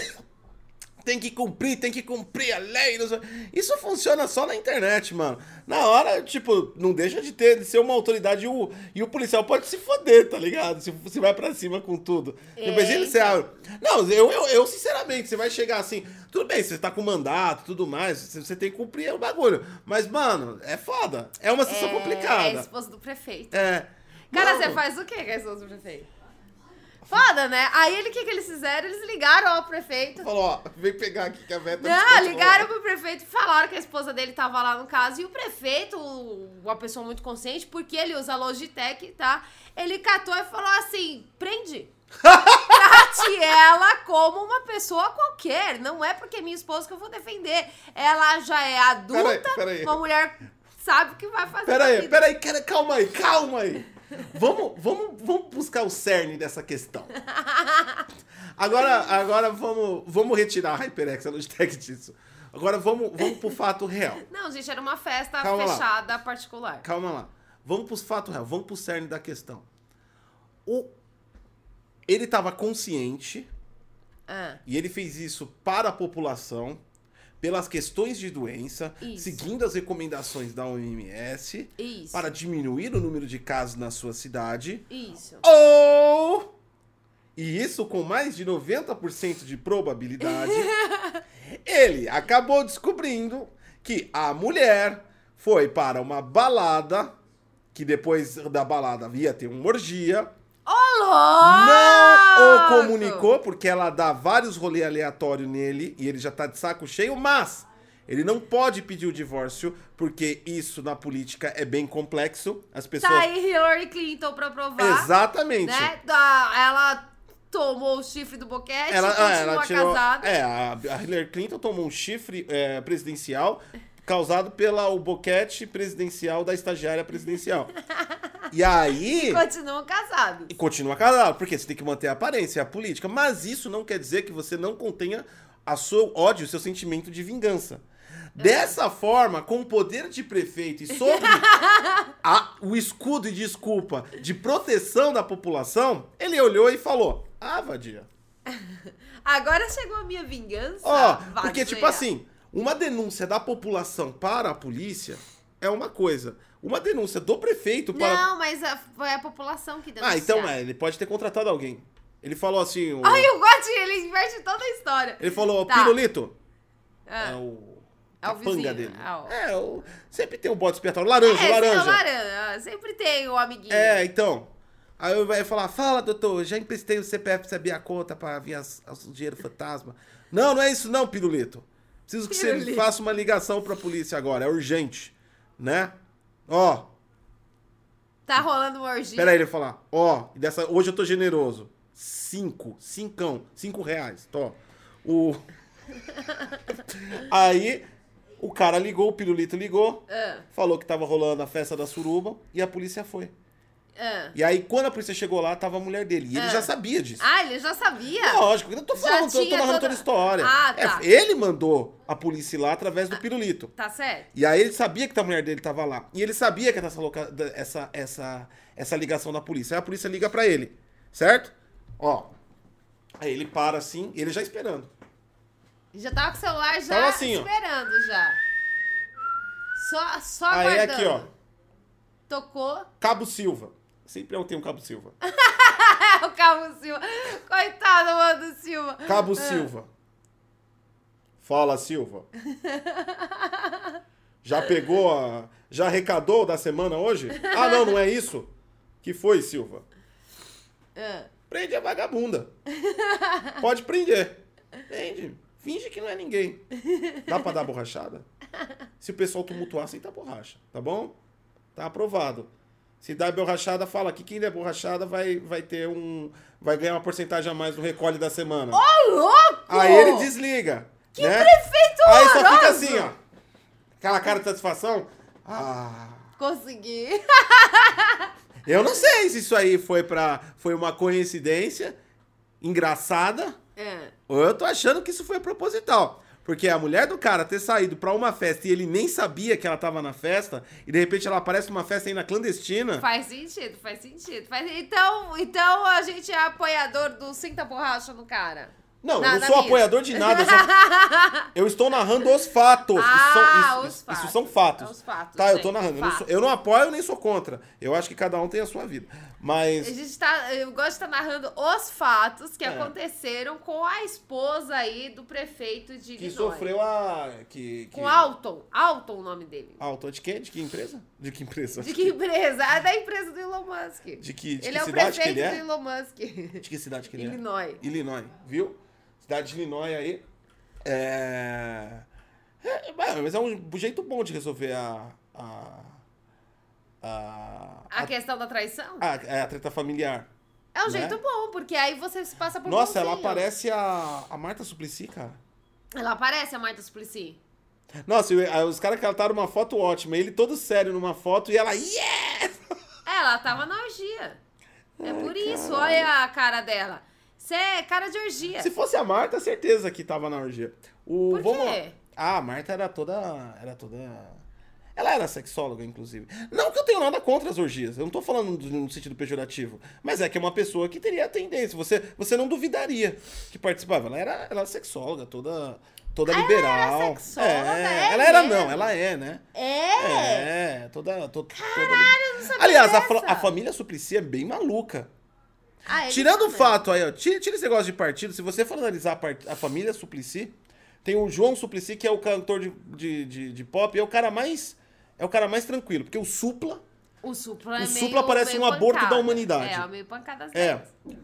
tem que cumprir, tem que cumprir a lei. não sei- Isso funciona só na internet, mano. Na hora, tipo, não deixa de ter, de ser uma autoridade e o, e o policial pode se foder, tá ligado? Se você vai pra cima com tudo.
É,
Depois ele você
então.
abre. Não, eu, eu, eu, sinceramente, você vai chegar assim, tudo bem, você tá com mandato, tudo mais, você você tem que cumprir o bagulho. Mas, mano, é foda. É uma situação
É, é a
complicada.
esposa do prefeito.
É.
Cara,
Mano,
você faz o quê com a esposa do prefeito? Foda, né? Aí ele, o que, que eles fizeram? Eles ligaram ao prefeito.
Falou, ó, vem pegar aqui que a tá Veta
Não, ligaram pro prefeito e falaram que a esposa dele tava lá no caso. E o prefeito, uma pessoa muito consciente, porque ele usa Logitech, tá? Ele catou e falou assim:
[LAUGHS]
prende. Trate ela como uma pessoa qualquer. Não é porque é minha esposa que eu vou defender. Ela já é adulta,
Peraí, peraí.
uma mulher sabe o que vai fazer.
Pera
na
aí,
vida.
pera aí, cara, calma aí, calma aí. Vamos, vamos, vamos buscar o cerne dessa questão. Agora, agora vamos, vamos retirar a HyperX, a Logitech disso. Agora vamos, vamos pro fato real.
Não, gente, era uma festa
Calma lá.
fechada particular.
Calma lá. Vamos pro fato real, vamos pro cerne da questão. O... Ele tava consciente
Ah.
E ele fez isso para a população, pelas questões de doença,
Isso.
seguindo as recomendações da OMS,
Isso.
para diminuir o número de casos na sua cidade.
Isso.
Ou. E isso com mais de 90% de probabilidade, ele acabou descobrindo que a mulher foi para uma balada, que depois da balada ia ter uma orgia.
Ô, louco!
Não o comunicou, porque ela dá vários rolês aleatórios nele e ele já tá de saco cheio, mas ele não pode pedir o divórcio, porque isso na política é bem complexo. As pessoas.
Tá aí Hillary Clinton pra provar.
Exatamente.
Né? Da- Ela tomou o chifre do boquete,
Ela,
continua
ah, ela tirou.
casada.
É, a, a Hillary Clinton tomou um chifre é, presidencial causado pela o boquete presidencial da estagiária presidencial. E aí.
Continuam casados.
E continua casado, porque você tem que manter a aparência, a política. Mas isso não quer dizer que você não contenha a seu ódio, o seu sentimento de vingança. Dessa forma, com o poder de prefeito e sob a- o escudo e desculpa de proteção da população, ele olhou e falou: Ah, vadia.
Agora chegou a minha vingança.
Ó, porque,
vadia.
tipo assim, uma denúncia da população para a polícia é uma coisa. Uma denúncia do prefeito para.
Não, mas a- foi a população que denunciou.
ah, então é, ele pode ter contratado alguém. Ele falou assim. o-
Ai, o Gotti, ele inverte toda a história.
Ele falou,
Tá.
pirulito.
Ah.
É o.
É o
capanga
vizinho,
dele.
é o-
É, o... sempre tem um bode expiatório. Laranja,
é,
laranja.
Não, laranja. Sempre tem o amiguinho.
É, então. Aí eu vai falar, fala, doutor, já emprestei o CPF pra você abrir a conta pra vir as, as- o dinheiro fantasma. Não, não é isso não, pirulito. Preciso que você
Pirulito.
faça uma ligação pra polícia agora, é urgente, né? Ó,
Tá rolando uma orgia.
peraí, ele vai falar, ó, e dessa, hoje eu tô generoso. Cinco, cincão, cinco reais, tô. O... [LAUGHS] Aí, o cara ligou, o pirulito ligou,
Ah,
falou que tava rolando a festa da suruba e a polícia foi.
ah.
E aí, quando a polícia chegou lá, tava a mulher dele. E ele
Ah.
já sabia disso.
Ah, ele já sabia?
Lógico, eu não tô
Já
falando, eu tô
tinha
narrando toda...
toda-
a história.
Ah,
É,
tá.
ele mandou a polícia ir lá através do pirulito.
Tá certo?
E aí ele sabia que a mulher dele tava lá. E ele sabia que era essa, loca- da- essa, essa, essa ligação da polícia. Aí a polícia liga pra ele, certo? Ó. Aí ele para assim, ele já esperando.
Já tava com o celular já
Tava assim, ó.
esperando já. Só, só
aí é
aguardando.
aqui, ó.
Tocou. [LAUGHS]
Cabo Silva. Sempre eu tenho um Cabo Silva.
o Cabo Silva. Coitado, mano, do Silva.
Cabo Silva. Fala, Silva. Já pegou a. Já arrecadou da semana hoje? Ah, não, não é isso? Que foi, Silva?
Ah,
Prende a vagabunda. Pode prender. Prende. Finge que não é ninguém. Dá pra dar borrachada? Se o pessoal tumultuar, aceita a borracha, tá bom? Tá aprovado. Se der borrachada, fala que quem der borrachada vai, vai ter um. Vai ganhar uma porcentagem a mais no recolhe da semana.
Ô, Tá louco!
Aí ele desliga. Que né?
prefeito
Aí só fica
horroroso!
assim, ó. Aquela cara de satisfação. Ah.
Consegui. [LAUGHS]
Eu não sei se isso aí foi pra. Foi uma coincidência engraçada.
É.
Ou eu tô achando que isso foi proposital. Porque a mulher do cara ter saído pra uma festa e ele nem sabia que ela tava na festa, e de repente ela aparece numa festa ainda clandestina.
Faz sentido, faz sentido. Faz... Então, então a gente é apoiador do Sinta Borracha no cara.
Não,
Na-
eu não é
na
sou
minha.
apoiador de nada, eu, só- [LAUGHS] eu estou narrando os fatos. Isso
Ah,
são- isso,
os
isso-
fatos. É
isso são fatos.
Os fatos,
Tá, eu
gente,
tô narrando. Eu não, sou-
fatos.
eu não apoio nem sou contra. Eu acho que cada um tem a sua vida.
A
Mas.
gente tá, eu gosto de estar narrando os fatos que
É.
aconteceram com a esposa aí do prefeito de
Que
Illinois.
sofreu a. Que, que...
Com Alton. Alton o nome dele.
Alto de quem? De que empresa? De que empresa? [LAUGHS]
De que empresa? Ah, da empresa do Elon Musk.
De que, de
ele
que
é o
cidade que
prefeito
ele é?
do Elon Musk.
De que cidade que ele é?
Illinois.
Illinois, viu? Cidade de Illinois aí. É. é, é, mas é um jeito bom de resolver a. A. A.
A questão da traição?
a- é, a treta familiar.
é um
né?
jeito bom, porque aí você se passa por
Nossa, ela
bonzinho.
parece a, a Marta Suplicy, cara.
Ela aparece, a Marta Suplicy.
Nossa, e, aí os caras cataram uma foto ótima. Ele todo sério numa foto e ela. Yeah!
Ela tava na orgia. É por isso, olha a cara dela. Você é cara de orgia.
Se fosse a Marta, certeza que tava na orgia. O,
Por
vamos lá.
quê?
Ah, a Marta era toda. Era toda. Ela era sexóloga, inclusive. Não que eu tenho nada contra as orgias. Eu não tô falando do- no sentido pejorativo. Mas é que é uma pessoa que teria a tendência. Você, você não duvidaria que participava. Ela era, ela era sexóloga, toda. Toda liberal.
é sexóloga, é
ela era
mesmo?
não, ela é, né?
É!
É, toda. to- toda... Aliás, a, fa-
dessa.
a família Suplicy é bem maluca.
Ah, ele
Tirando o
sabe.
fato aí, ó, tira, tira esse negócio de partido. Se você for analisar a, par- a família Suplicy, tem o João Suplicy, que é o cantor de, de, de- de pop, é o cara mais é o cara mais tranquilo, porque o supla.
O Supla é
O
meio,
Supla parece
meio
um aborto
pancada.
da humanidade.
É, meio pancada às
É.
10.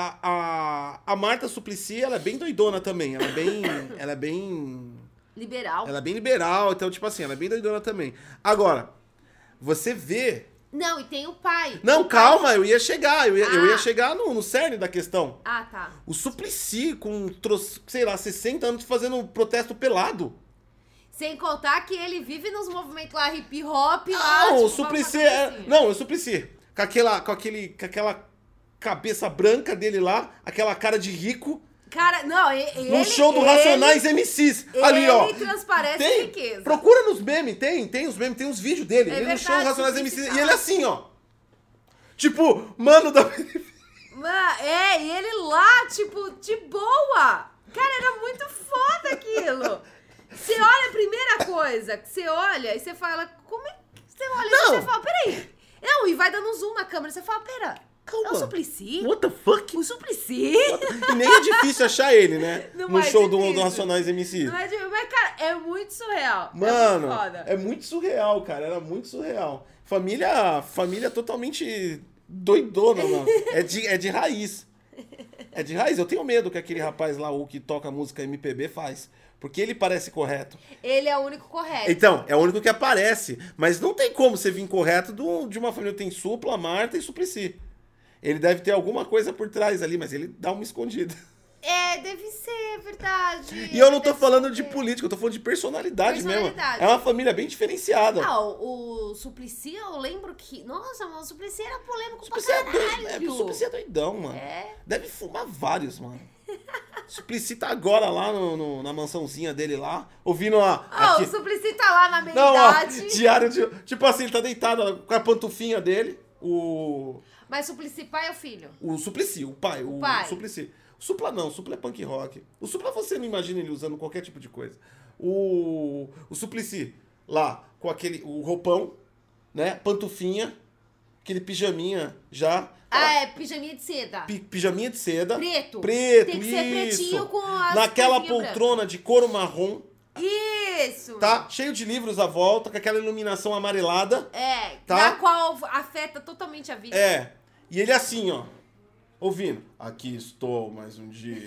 A, a, a Marta Suplicy, ela é bem doidona também. Ela é bem. ela é bem.
Liberal.
Ela é bem liberal, então, tipo assim, ela é bem doidona também. Agora, você vê.
Não, e tem o pai.
Não,
O pai-
calma, eu ia chegar. Eu ia, eu ia
Ah.
chegar no, no cerne da questão.
Ah, tá.
O Suplicy com, tro- sei lá, 60 anos fazendo um protesto pelado.
Sem contar que ele vive nos movimentos lá hip hop
Ah,
lá. tipo,
o
vamos
Suplicy
fazer
é...
assim.
Não, o Suplicy. Com aquela, com, aquele, com aquela cabeça branca dele lá, aquela cara de rico,
Cara, não, e- ele.
num show do
ele-
Racionais MCs. ali, ó.
Ele transparece riqueza.
Procura nos memes, tem, tem os memes, tem uns vídeos dele.
É
ele
verdade,
no show do Racionais
Suplicy
MCs.
tá.
E ele assim, ó. Tipo, mano da. [LAUGHS]
Mano, é, e ele lá, tipo, de boa. Cara, era muito foda aquilo. Você olha a primeira coisa, que você olha e você fala, como é que você olha?
Não.
Você fala, peraí. Não, e vai dando um zoom na câmera, você fala, pera, é Um o
Calma.
Suplicy?
What the fuck?
O Suplicy?
E nem é difícil achar ele, né?
Não
no
é
show do,
difícil.
do Racionais MCs.
Não é de... Mas, cara, é muito surreal. é
Mano,
muito foda.
é muito surreal, cara. Era muito surreal. Família, família totalmente doidona,
[LAUGHS]
mano. É de, é de raiz. É de raiz. Eu tenho medo que aquele rapaz lá, o que toca música MPB, faz. Porque ele parece correto.
Ele é o único correto.
Então, é o único que aparece. Mas não tem como você vir correto do- de uma família. Tem Supla, Marta e Suplicy. Ele deve ter alguma coisa por trás ali, mas ele dá uma escondida.
É, deve ser, é verdade.
E eu não tô
Deve
falando
ser.
de político, eu tô falando de personalidade,
Personalidade.
mesmo. É uma família bem diferenciada.
Ah, o o Suplicy, eu lembro que... Nossa, mas o Suplicy era polêmico
Suplicy é,
pra
doido,
caralho.
é, Suplicy é doidão, mano.
É.
Deve fumar vários, mano. Suplicy tá agora lá no- no- na mansãozinha dele lá, ouvindo a.
Ah,
aqui-
o Suplicy tá lá na meia
Não, ó,
idade.
diário de. Tipo assim, ele tá deitado com a pantufinha dele, o.
Mas Suplicy pai é o filho.
O Suplicy, o pai, o,
pai.
Suplicy. O Supla não, o Supla é punk rock. O Supla você não imagina ele usando qualquer tipo de coisa. O, o Suplicy, lá, com aquele o roupão, né? Pantufinha, aquele pijaminha já.
Ah, é pijaminha de seda.
pi- pijaminha de seda.
Preto.
Preto,
Tem que ser
isso.
pretinho com as
Naquela
coisinhas
poltrona de couro marrom,
brancas. Isso.
tá? Cheio de livros à volta, com aquela iluminação amarelada.
É,
Tá?
da qual afeta totalmente a vida.
É. E ele assim, ó. Ouvindo. Aqui estou mais um dia.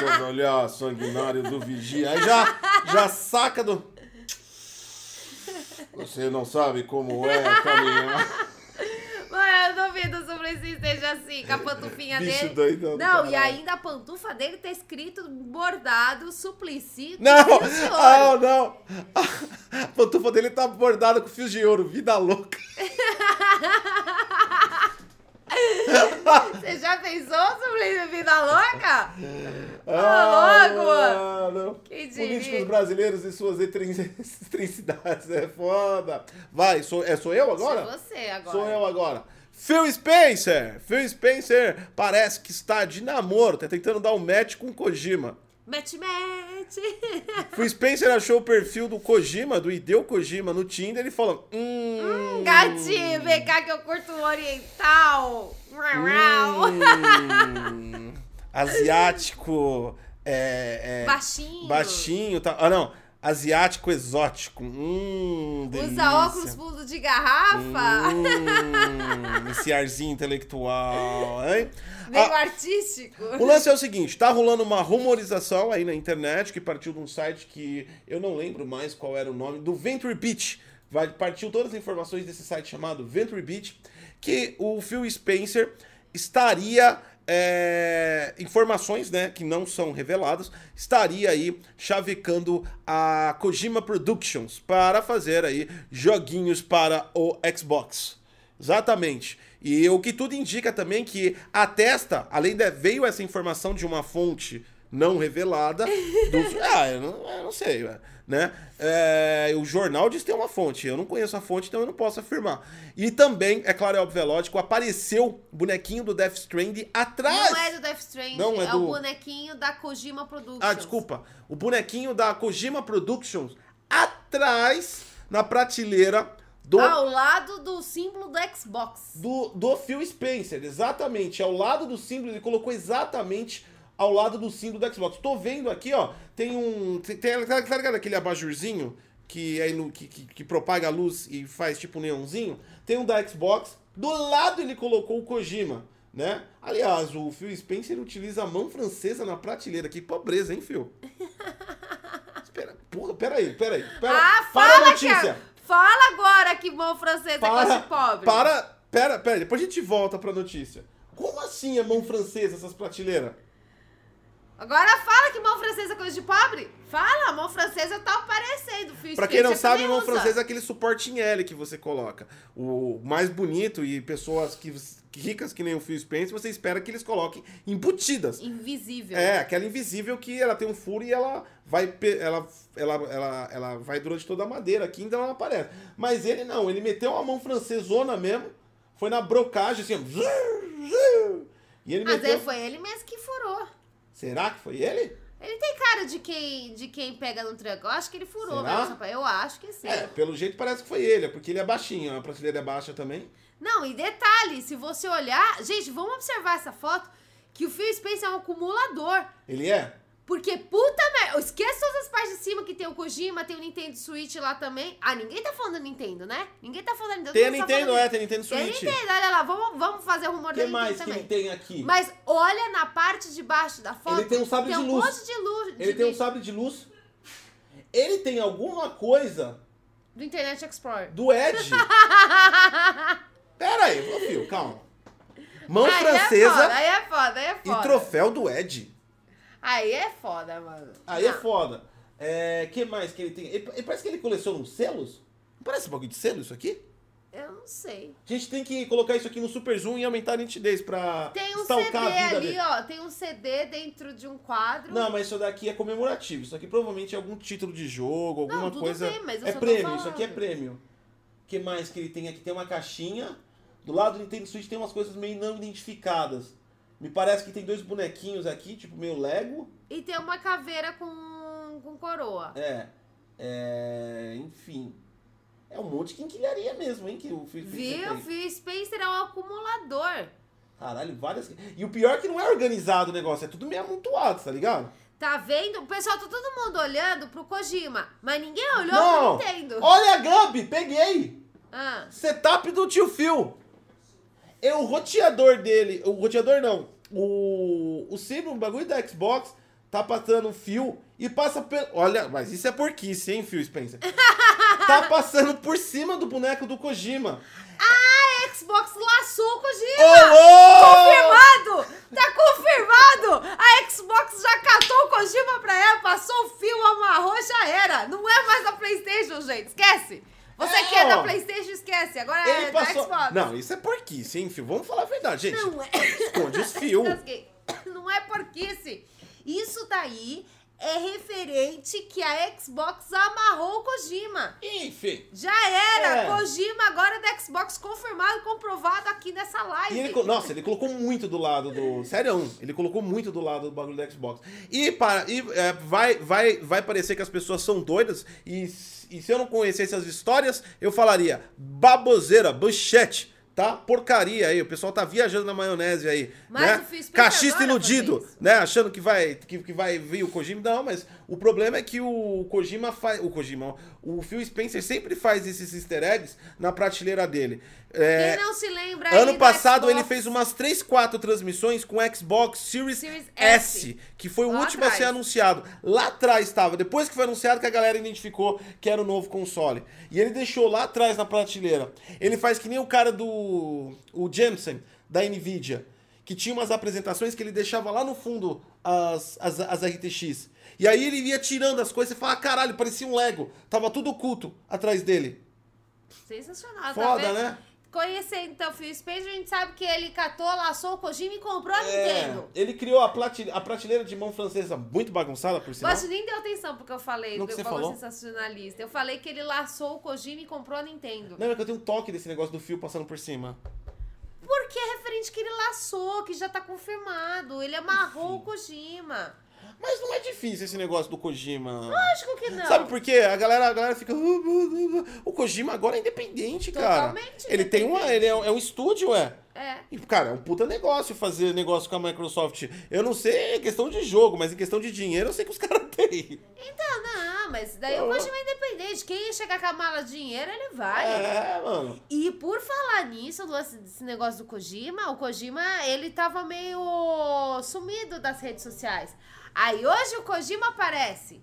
Sob o olhar sanguinário do vigia. Aí já, já saca do. Você não sabe como é caminhar.
Mano, eu duvido sobre esse esteja assim, com a pantufinha
Bicho
dele.
doidão. do
Não, e
caralho.
ainda a pantufa dele tá escrito bordado, suplici.
Não! [LAUGHS] ah,
Sim,
Não,
senhor.
não! [LAUGHS] A pantufa dele tá bordada com fios de ouro. Vida louca.
Você já pensou sobre vida louca? louco!
mano.
Que
Ah, Políticos
diria?
brasileiros e suas etrin- [LAUGHS] extrincidades. É foda. Vai, sou, é, sou eu agora?
Sou você agora.
Sou eu agora. Phil Spencer! Phil Spencer parece que está de namoro, tá tentando dar um match com o
[LAUGHS]
Kojima.
Match, match. [LAUGHS]
Phil Spencer achou o perfil do Kojima, do Hideo Kojima, no Tinder e falou: Hum.
Gatinho, vem cá que eu curto o oriental. Rau, rau.
hum, asiático. É, é,
Baixinho.
baixinho, tá. Ah, não. Asiático exótico. Hum. delícia.
Usa óculos fundo de garrafa.
Hum, esse arzinho intelectual,
[LAUGHS]
hein?
Meio
Ah,
artístico.
o lance é o seguinte, tá rolando uma rumorização aí na internet que partiu de um site que eu não lembro mais qual era o nome, do Venture Beach. Vai, partiu todas as informações desse site chamado Venture Beach, que o Phil Spencer estaria. é, informações, né, que não são reveladas, estaria aí chavecando a Kojima Productions para fazer aí joguinhos para o Xbox. Exatamente. E o que tudo indica também que atesta, além de veio essa informação de uma fonte não
[LAUGHS]
revelada, do- ah, eu não, eu não sei, né? É, o jornal diz que tem uma fonte, eu não conheço a fonte, então eu não posso afirmar. E também, é claro, é óbvio, é lógico, apareceu o bonequinho do Death Stranding atrás...
Não é do Death Stranding,
Não, é
é, o
do-
bonequinho da Kojima Productions.
Ah, desculpa. O bonequinho da Kojima Productions atrás na prateleira do
Tá Ao lado do símbolo do Xbox.
do, do Phil Spencer, exatamente. Ao lado do símbolo, ele colocou exatamente ao lado do símbolo do Xbox. Tô vendo aqui, ó, tem um. Tem, tem, tá ligado aquele tá abajurzinho que, é ilu- que, que, que propaga a luz e faz tipo um neonzinho, tem um da Xbox, do lado ele colocou o Kojima, né? Aliás, o Phil Spencer utiliza a mão francesa na prateleira. Que pobreza, hein,
[LAUGHS]
Phil? Espera, porra, peraí, peraí. Pera,
Ah,
para a
fala,
notícia!
cara. Fala agora que mão francesa é
Para,
coisa de pobre.
para, pera, pera, depois a gente volta pra notícia. Como assim a mão francesa, essas prateleiras?
Agora fala que mão francesa é coisa de pobre. Fala, mão francesa tá aparecendo. Phil
Pra quem não
Spencer
sabe,
também
mão
usa.
francesa é aquele suporte em L que você coloca. O mais bonito e pessoas que, que ricas que nem o Phil Spencer, você espera que eles coloquem embutidas.
Invisível.
É, aquela invisível que ela tem um furo e ela vai, pe- ela, ela, ela, ela vai durante toda a madeira aqui, então ela não aparece. Mas ele não, ele meteu uma mão francesona mesmo, foi na brocagem assim, ó, e ele
Mas
meteu...
aí foi ele mesmo que furou.
Será que foi ele?
Ele tem cara de quem, de quem pega no tranco. Eu acho que ele furou
Será?
mesmo, rapaz. Eu acho que sim.
É, pelo jeito parece que foi ele, é porque ele é baixinho, a prateleira é baixa também.
Não, e detalhe, se você olhar... Gente, vamos observar essa foto, que o Phil Spencer é um acumulador.
Ele é?
Porque, puta merda, esquece todas as partes de cima que tem o Kojima, tem o Nintendo Switch lá também. Ah, ninguém tá falando da Nintendo, né? Ninguém tá falando da Nintendo.
Tem a
todo mundo tá
Nintendo,
falando-
é, tem a Nintendo
Tem a
Switch.
Nintendo, olha lá, vamos, vamos fazer o rumor
O
da
que
Nintendo
mais que
também.
ele tem aqui?
Mas olha na parte de baixo da foto.
Ele tem um sabre
tem
de
um
luz.
monte de luz. de
ele tem um
bicho
sabre de luz. Ele tem alguma coisa
Do Internet Explorer.
do
[LAUGHS]
Ed. Pera aí, ô Fio, calma. Mão
aí É foda,
francesa
aí é foda, aí é foda.
e troféu do Ed.
Aí é foda, mano.
Aí é
Não.
foda. É, que mais que ele tem? Ele, ele parece que ele coleciona uns selos. Não parece um bagulho de selo isso aqui?
Eu não sei.
A gente tem que colocar isso aqui no super zoom e aumentar a nitidez pra
Tem um
stalcar
CD
a vida
ali,
dele.
ó. Tem um CD dentro de um quadro.
Não, mas isso daqui é comemorativo. Isso aqui provavelmente é algum título de jogo, alguma
tudo
coisa.
bem, mas eu
é
só tô
prêmio, isso aqui é
falando.
prêmio. O que mais que ele tem aqui? Tem uma caixinha. Do lado do Nintendo Switch tem umas coisas meio não identificadas. Me parece que tem dois bonequinhos aqui, tipo meio Lego.
E tem uma caveira com, com coroa.
É. É. Enfim. É um monte de quinquilharia mesmo, hein? Que o Phil Spencer
Viu?
tem.
Phil Spencer é um acumulador.
Caralho, várias. E o pior é que não é organizado o negócio, é tudo meio amontoado, tá ligado?
Tá vendo? O pessoal tá todo mundo olhando pro Kojima, mas ninguém olhou
Não!
pro Nintendo.
Olha a Gabi, peguei!
Ah,
Setup do tio Phil. É o roteador dele. O roteador não. O, o símbolo, o bagulho da Xbox, tá passando o fio e passa pelo. Olha, mas isso é porquice, hein, Phil
[LAUGHS]
Spencer? tá passando por cima do boneco do Kojima.
a Xbox laçou o Kojima!
Ô, louco!
Confirmado! Tá confirmado! A Xbox já catou o Kojima pra ela, passou o fio, amarrou, já era! Não é mais da Playstation, gente, esquece! Você
É,
que é
ó.
da Playstation, esquece, agora
Ele
é
passou.
da Xbox.
Não, isso é porquice, hein, Phil? Vamos falar a verdade, gente.
Não é.
Esconde os
[LAUGHS]
fios.
Engasguei. Não é porquice. Isso daí é referente que a Xbox amarrou o Kojima.
Enfim.
Já era!
É.
Kojima agora é da Xbox confirmado, comprovado aqui nessa live.
E ele, co- nossa, ele colocou muito do lado do. Sério, ele colocou muito do lado do bagulho do Xbox. E, para, e é, vai, vai, vai parecer que as pessoas são doidas. E, s- e se eu não conhecesse as histórias, eu falaria baboseira, buchete, tá? Porcaria aí. O pessoal tá viajando na maionese aí.
Mas
né?
o Phil Spencer
Cachista
adora
iludido,
fazer isso.
né? Achando que vai, que, que vai vir o Kojima. Não, mas o problema é que o Kojima faz. O Kojima, ó, o Phil Spencer sempre faz esses easter eggs na prateleira dele. É,
Quem não se lembra aí
Ano
da
passado
Xbox?
ele fez umas 3, 4 transmissões com Xbox Series,
Series
S,
S,
que foi o
lá
último a ser
atrás.
anunciado. Lá atrás estava, depois que foi anunciado que a galera identificou que era o novo console. E ele deixou lá atrás na prateleira. Ele faz que nem o cara do o Jensen da Nvidia, que tinha umas apresentações que ele deixava lá no fundo as, as, as RTX. E aí ele ia tirando as coisas e falava, "Ah, caralho, parecia um Lego. Tava tudo oculto atrás dele.
Sensacional,
Foda,
tá vendo?
né?
Conhecer então o Phil Spencer, a gente sabe que ele catou, laçou o Kojima e comprou a
É,
Nintendo.
ele criou a, plati- a prateleira de mão francesa muito bagunçada, por sinal.
Você nem deu atenção porque eu falei
No
do
que você
valor
falou?
sensacionalista. Eu falei que ele laçou o Kojima e comprou a Nintendo.
Lembra que eu tenho um toque desse negócio do fio passando por cima.
Porque é referente que ele laçou, que já tá confirmado. Ele amarrou o Kojima.
Mas não é difícil esse negócio do Kojima.
Lógico que não.
Sabe por quê? A galera, a galera fica. "Uh, uh, uh, uh." O Kojima agora é independente, cara.
Totalmente
Ele tem uma.
independente.
Ele é, um- é um estúdio, é.
É.
E, cara, é um puta negócio fazer negócio com a é [LAUGHS] Microsoft. Eu não sei em questão de jogo, mas em questão de dinheiro eu sei que os caras têm.
Não, não, Ah, mas daí eu continuo independente. Quem chegar com a mala de dinheiro, ele vai.
É, mano.
E por falar nisso, do- esse negócio do Kojima, o Kojima, ele tava meio sumido das redes sociais. Aí hoje o Kojima aparece.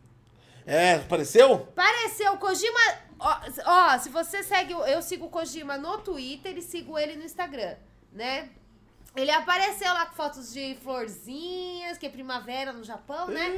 É, apareceu?
Pareceu, o Kojima. Ó, ó, se você segue. o- Eu sigo o Kojima no Twitter e sigo ele no Instagram, né? Ele apareceu lá com fotos de florzinhas, que é primavera no Japão, né?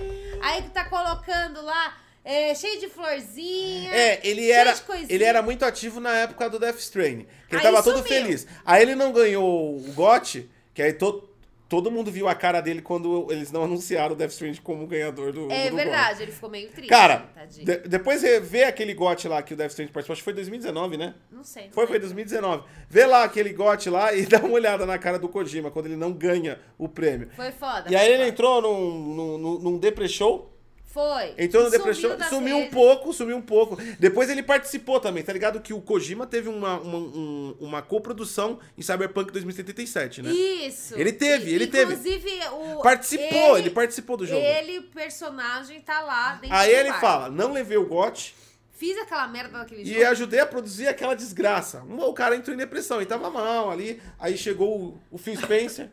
Aí tá colocando lá, é, cheio de florzinhas.
É, ele
cheio
era,
de coisinha.
ele era muito ativo na época do Death Stranding. Que ele
Aí
tava todo
sumiu.
feliz. Aí ele não ganhou o GOT, que aí to, todo mundo viu a cara dele quando eles não anunciaram o Death Stranding como ganhador do
É
do
verdade, ele ficou meio triste.
GOT. Cara,
tadinho.
de- depois você vê aquele GOT lá que o Death Stranding participou, acho que foi 2019, né?
Não sei. não
Foi, foi
lembro.
2019. Vê lá aquele GOT lá e [LAUGHS] dá uma olhada na cara do Kojima quando ele não ganha o prêmio.
Foi foda.
E aí
foi
ele
foda.
entrou num, num, num, num depressão,
Foi.
Entrou na
Sumiu
depressão,
das
sumiu, um
redes.
pouco, sumiu um pouco. Depois ele participou também, tá ligado? Que o Kojima teve uma, uma, um- uma coprodução em Cyberpunk 2077, né?
Isso.
Ele teve,
E-
ele teve.
Inclusive, o.
participou, ele, participou do jogo.
Ele, personagem, tá lá dentro
Aí
do
ele
bar.
fala, não levei o gote
Fiz aquela merda daquele
e é.
jogo.
ajudei a produzir aquela desgraça. Um, O cara entrou em depressão, ele tava mal ali. Aí chegou o, o Phil Spencer.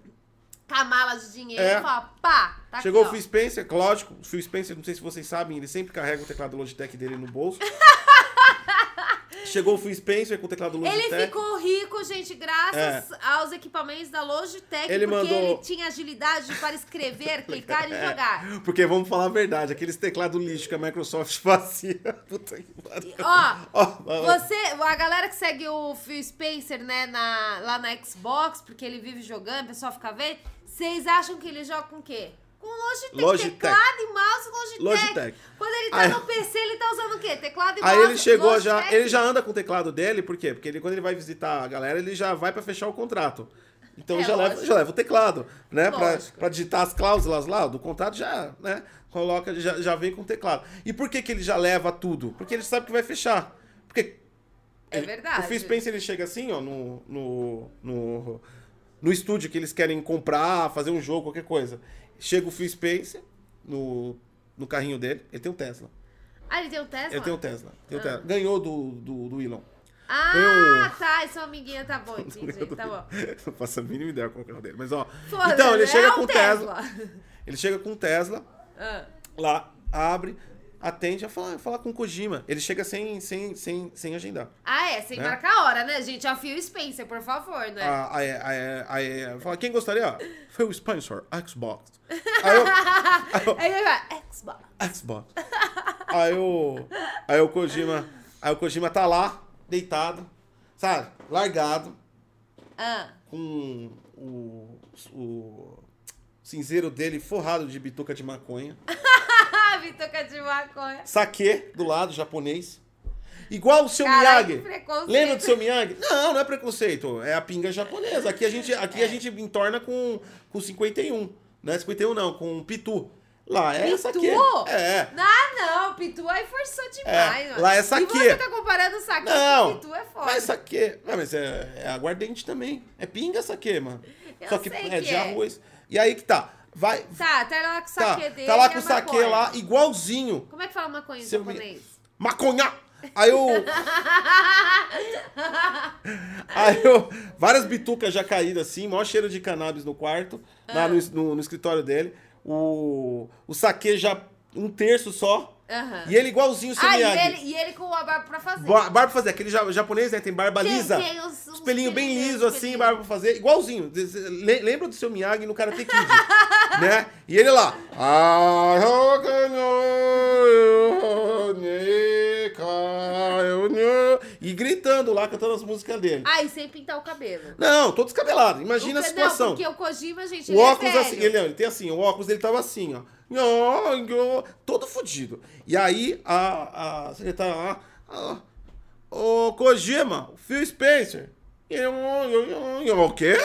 Com a mala de dinheiro
É.
e fala, pá, [LAUGHS] tá
chegou o
aqui,
Phil Spencer, que lógico. O Phil Spencer, não sei se vocês sabem, ele sempre carrega o teclado Logitech dele no
[LAUGHS]
bolso. chegou o Phil Spencer com o teclado
ó.
Logitech. É.
Ele ficou rico, gente, graças aos equipamentos da Logitech,
Ele
porque
mandou- É.
ele tinha agilidade para escrever, clicar
[LAUGHS]
e jogar.
Porque vamos falar a verdade, aqueles teclados lixo que a Microsoft [LAUGHS] fazia. Puta que pariu.
Ó,
Ó,
Você, a galera que segue o Phil Spencer, né, na- lá na Xbox, porque ele vive jogando, o pessoal fica vendo, vocês acham que ele joga com o quê? Com Logitech,
Logitech.
teclado e mouse Logitech.
Logitech.
Quando ele tá
Aí-
no PC, ele tá usando o quê? Teclado e mouse.
Aí ele chegou já,
Logitech.
ele já anda com o teclado dele, por quê? Porque ele, quando ele vai visitar a galera, ele já vai pra fechar o contrato. Então
É,
já, leva,
lógico.
já leva o teclado, né? Pra,
Lógico.
pra digitar as cláusulas lá do contrato, já, né? Coloca, já, já vem com o teclado. E por que que ele já leva tudo? Porque ele sabe que vai fechar. Porque
É
Ele-
verdade.
O Phil Spencer, ele chega assim, ó, no, no, no, no estúdio que eles querem comprar, fazer um jogo, qualquer coisa. Chega o Phil Spencer no, no carrinho dele. Ele tem um Tesla.
Ah, ele tem um Tesla?
Ele tem um Tesla. tem um
Ah.
Tesla. Ganhou do, do, do Elon.
Ah,
Eu-
tá, esse é um amiguinho, tá
[LAUGHS]
bom, entendi, tá bom.
Não faço a mínima ideia qual é o carro dele. Mas, ó.
Foda-se,
então, ele
é
chega
um
com o Tesla. Ele chega com o Tesla,
[LAUGHS] Ah,
lá, abre, atende, fala, fala com o Kojima. Ele chega sem, sem, sem, sem agendar.
Ah, é, sem
Né?
marcar a hora, né, gente? É o Phil Spencer, por favor, né?
Ah, aí, aí, aí, aí, fala, quem gostaria? Ah, Foi o Spencer, Xbox. Aí eu,
[LAUGHS] Aí ele vai, Xbox.
Xbox. Aí o. Aí o Kojima. Aí o Kojima tá lá, deitado, sabe? Largado,
Ah,
com o. o cinzeiro dele forrado de bituca de maconha.
Vitoca de maconha.
Saque do lado, japonês. Igual o seu
Caralho, que
Miyagi.
preconceito.
um Lembra do seu Miyagi? Não, não é preconceito. É a pinga japonesa. Aqui a gente,
É.
aqui a gente entorna com, com 51. Não é 51, não, com pitu. Lá é essa aqui.
Pitu?
É.
Ah, não, Pitu aí forçou demais,
É,
mano.
lá é saquê.
E você tá comparando o saque
Não.
com Pitu é foda.
Mas saque. Não, mas é, é aguardente também. É pinga saque, mano.
Eu
Só que
sei
é
que
de
é.
arroz. E aí que tá. Vai.
Tá, tá lá com o
Tá,
saque dele.
tá lá
e
com
a
o saque
maconha.
lá, igualzinho.
Como é que fala maconha em
Seu [LAUGHS]
japonês?
Maconha! Aí eu. Aí eu. Várias bitucas já caídas assim, maior cheiro de cannabis no quarto,
Ah.
lá no, no- no escritório dele. O, o saque já um terço só.
Aham.
E ele igualzinho o seu
Ah, e
Miyagi.
ele, e ele com a barba pra fazer.
Ba- Barba pra fazer, aquele ja- japonês, né? Tem barba
Tem-
lisa.
tem uns-
Os
uns
pelinhos bem
pelinhos,
liso assim,
pelinhos.
barba pra fazer, igualzinho. Des- le- Lembra do seu Miyagi no Karate Kid, [LAUGHS] né? E ele lá. "Ah, Hokanoi, Nikai, Unyo", E gritando lá, cantando as músicas dele.
Ah, e sem pintar o cabelo.
Não, todo descabelado. Imagina a
Porque-
situação.
Não, porque o Kojima, gente,
O
ele
óculos
é velho.
assim, ele, ele tem assim, o óculos dele tava assim, ó. Nho, nho, Todo fudido. E aí a, a secretária lá, ah, ô Kojima, o Phil Spencer. Eu, eu, eu, eu, o quê?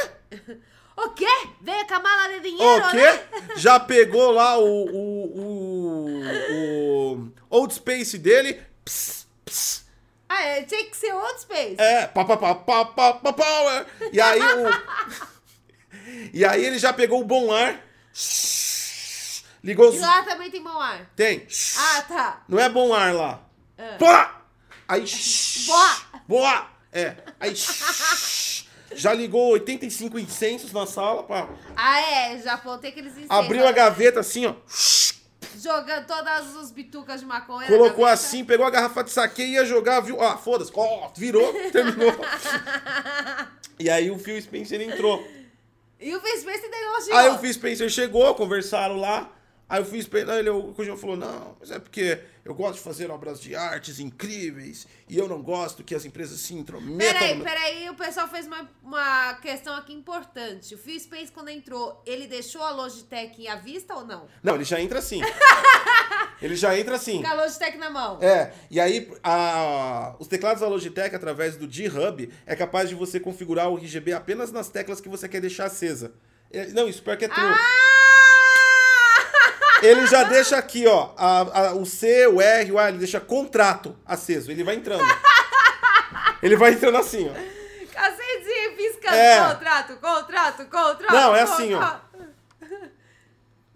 O quê? Veio com a mala de dinheiro,
é- O
né?
quê? Já pegou lá o, o, o, o Old Space dele. Pss, pss,
Ah, é, tinha que ser outro space.
É, pá, pá, pá, pá, pá, pá, power. é. E aí
[LAUGHS]
o... E aí ele já pegou o bom ar. Ligou os...
E lá também tem bom ar.
Tem.
Ah, tá.
Não é bom ar lá. Pá! Aí. shhh.
É. Boa!
Boa! É. Aí. shhh. Já ligou 85 incensos na sala, pá.
Ah, é, Japão tem aqueles incêndios.
Abriu a gaveta assim, ó.
Jogando todas as bitucas de maconha. né? na
Colocou
É, gaveta.
assim, pegou a garrafa de saque e ia jogar, viu? Ah, foda-se. Ó, virou,
[LAUGHS]
terminou. e aí o Phil Spencer entrou.
E o Vince Spencer denunciou.
Aí o Phil Spencer chegou, conversaram lá. Aí o Phil Spencer, aí ele, o Kojima falou, não, mas é porque eu gosto de fazer obras de artes incríveis e eu não gosto que as empresas se intrometam.
Peraí,
no-
peraí, o pessoal fez uma, uma questão aqui importante. O Phil Space, quando entrou, ele deixou a Logitech à vista ou não?
Não, ele já entra
[LAUGHS]
assim. ele já entra assim.
Com a Logitech na mão.
É, e aí a- os teclados da Logitech, através do G-Hub, é capaz de você configurar o RGB apenas nas teclas que você quer deixar acesa. É, não, isso pior que é true.
Ah!
Ele já deixa aqui, ó, a- a- o C, o R, o A, ele deixa contrato aceso. Ele vai entrando. ele vai entrando assim, ó.
Cacetinho, piscando.
É.
Contrato, contrato, contrato.
Não, é assim, ó.
contrato.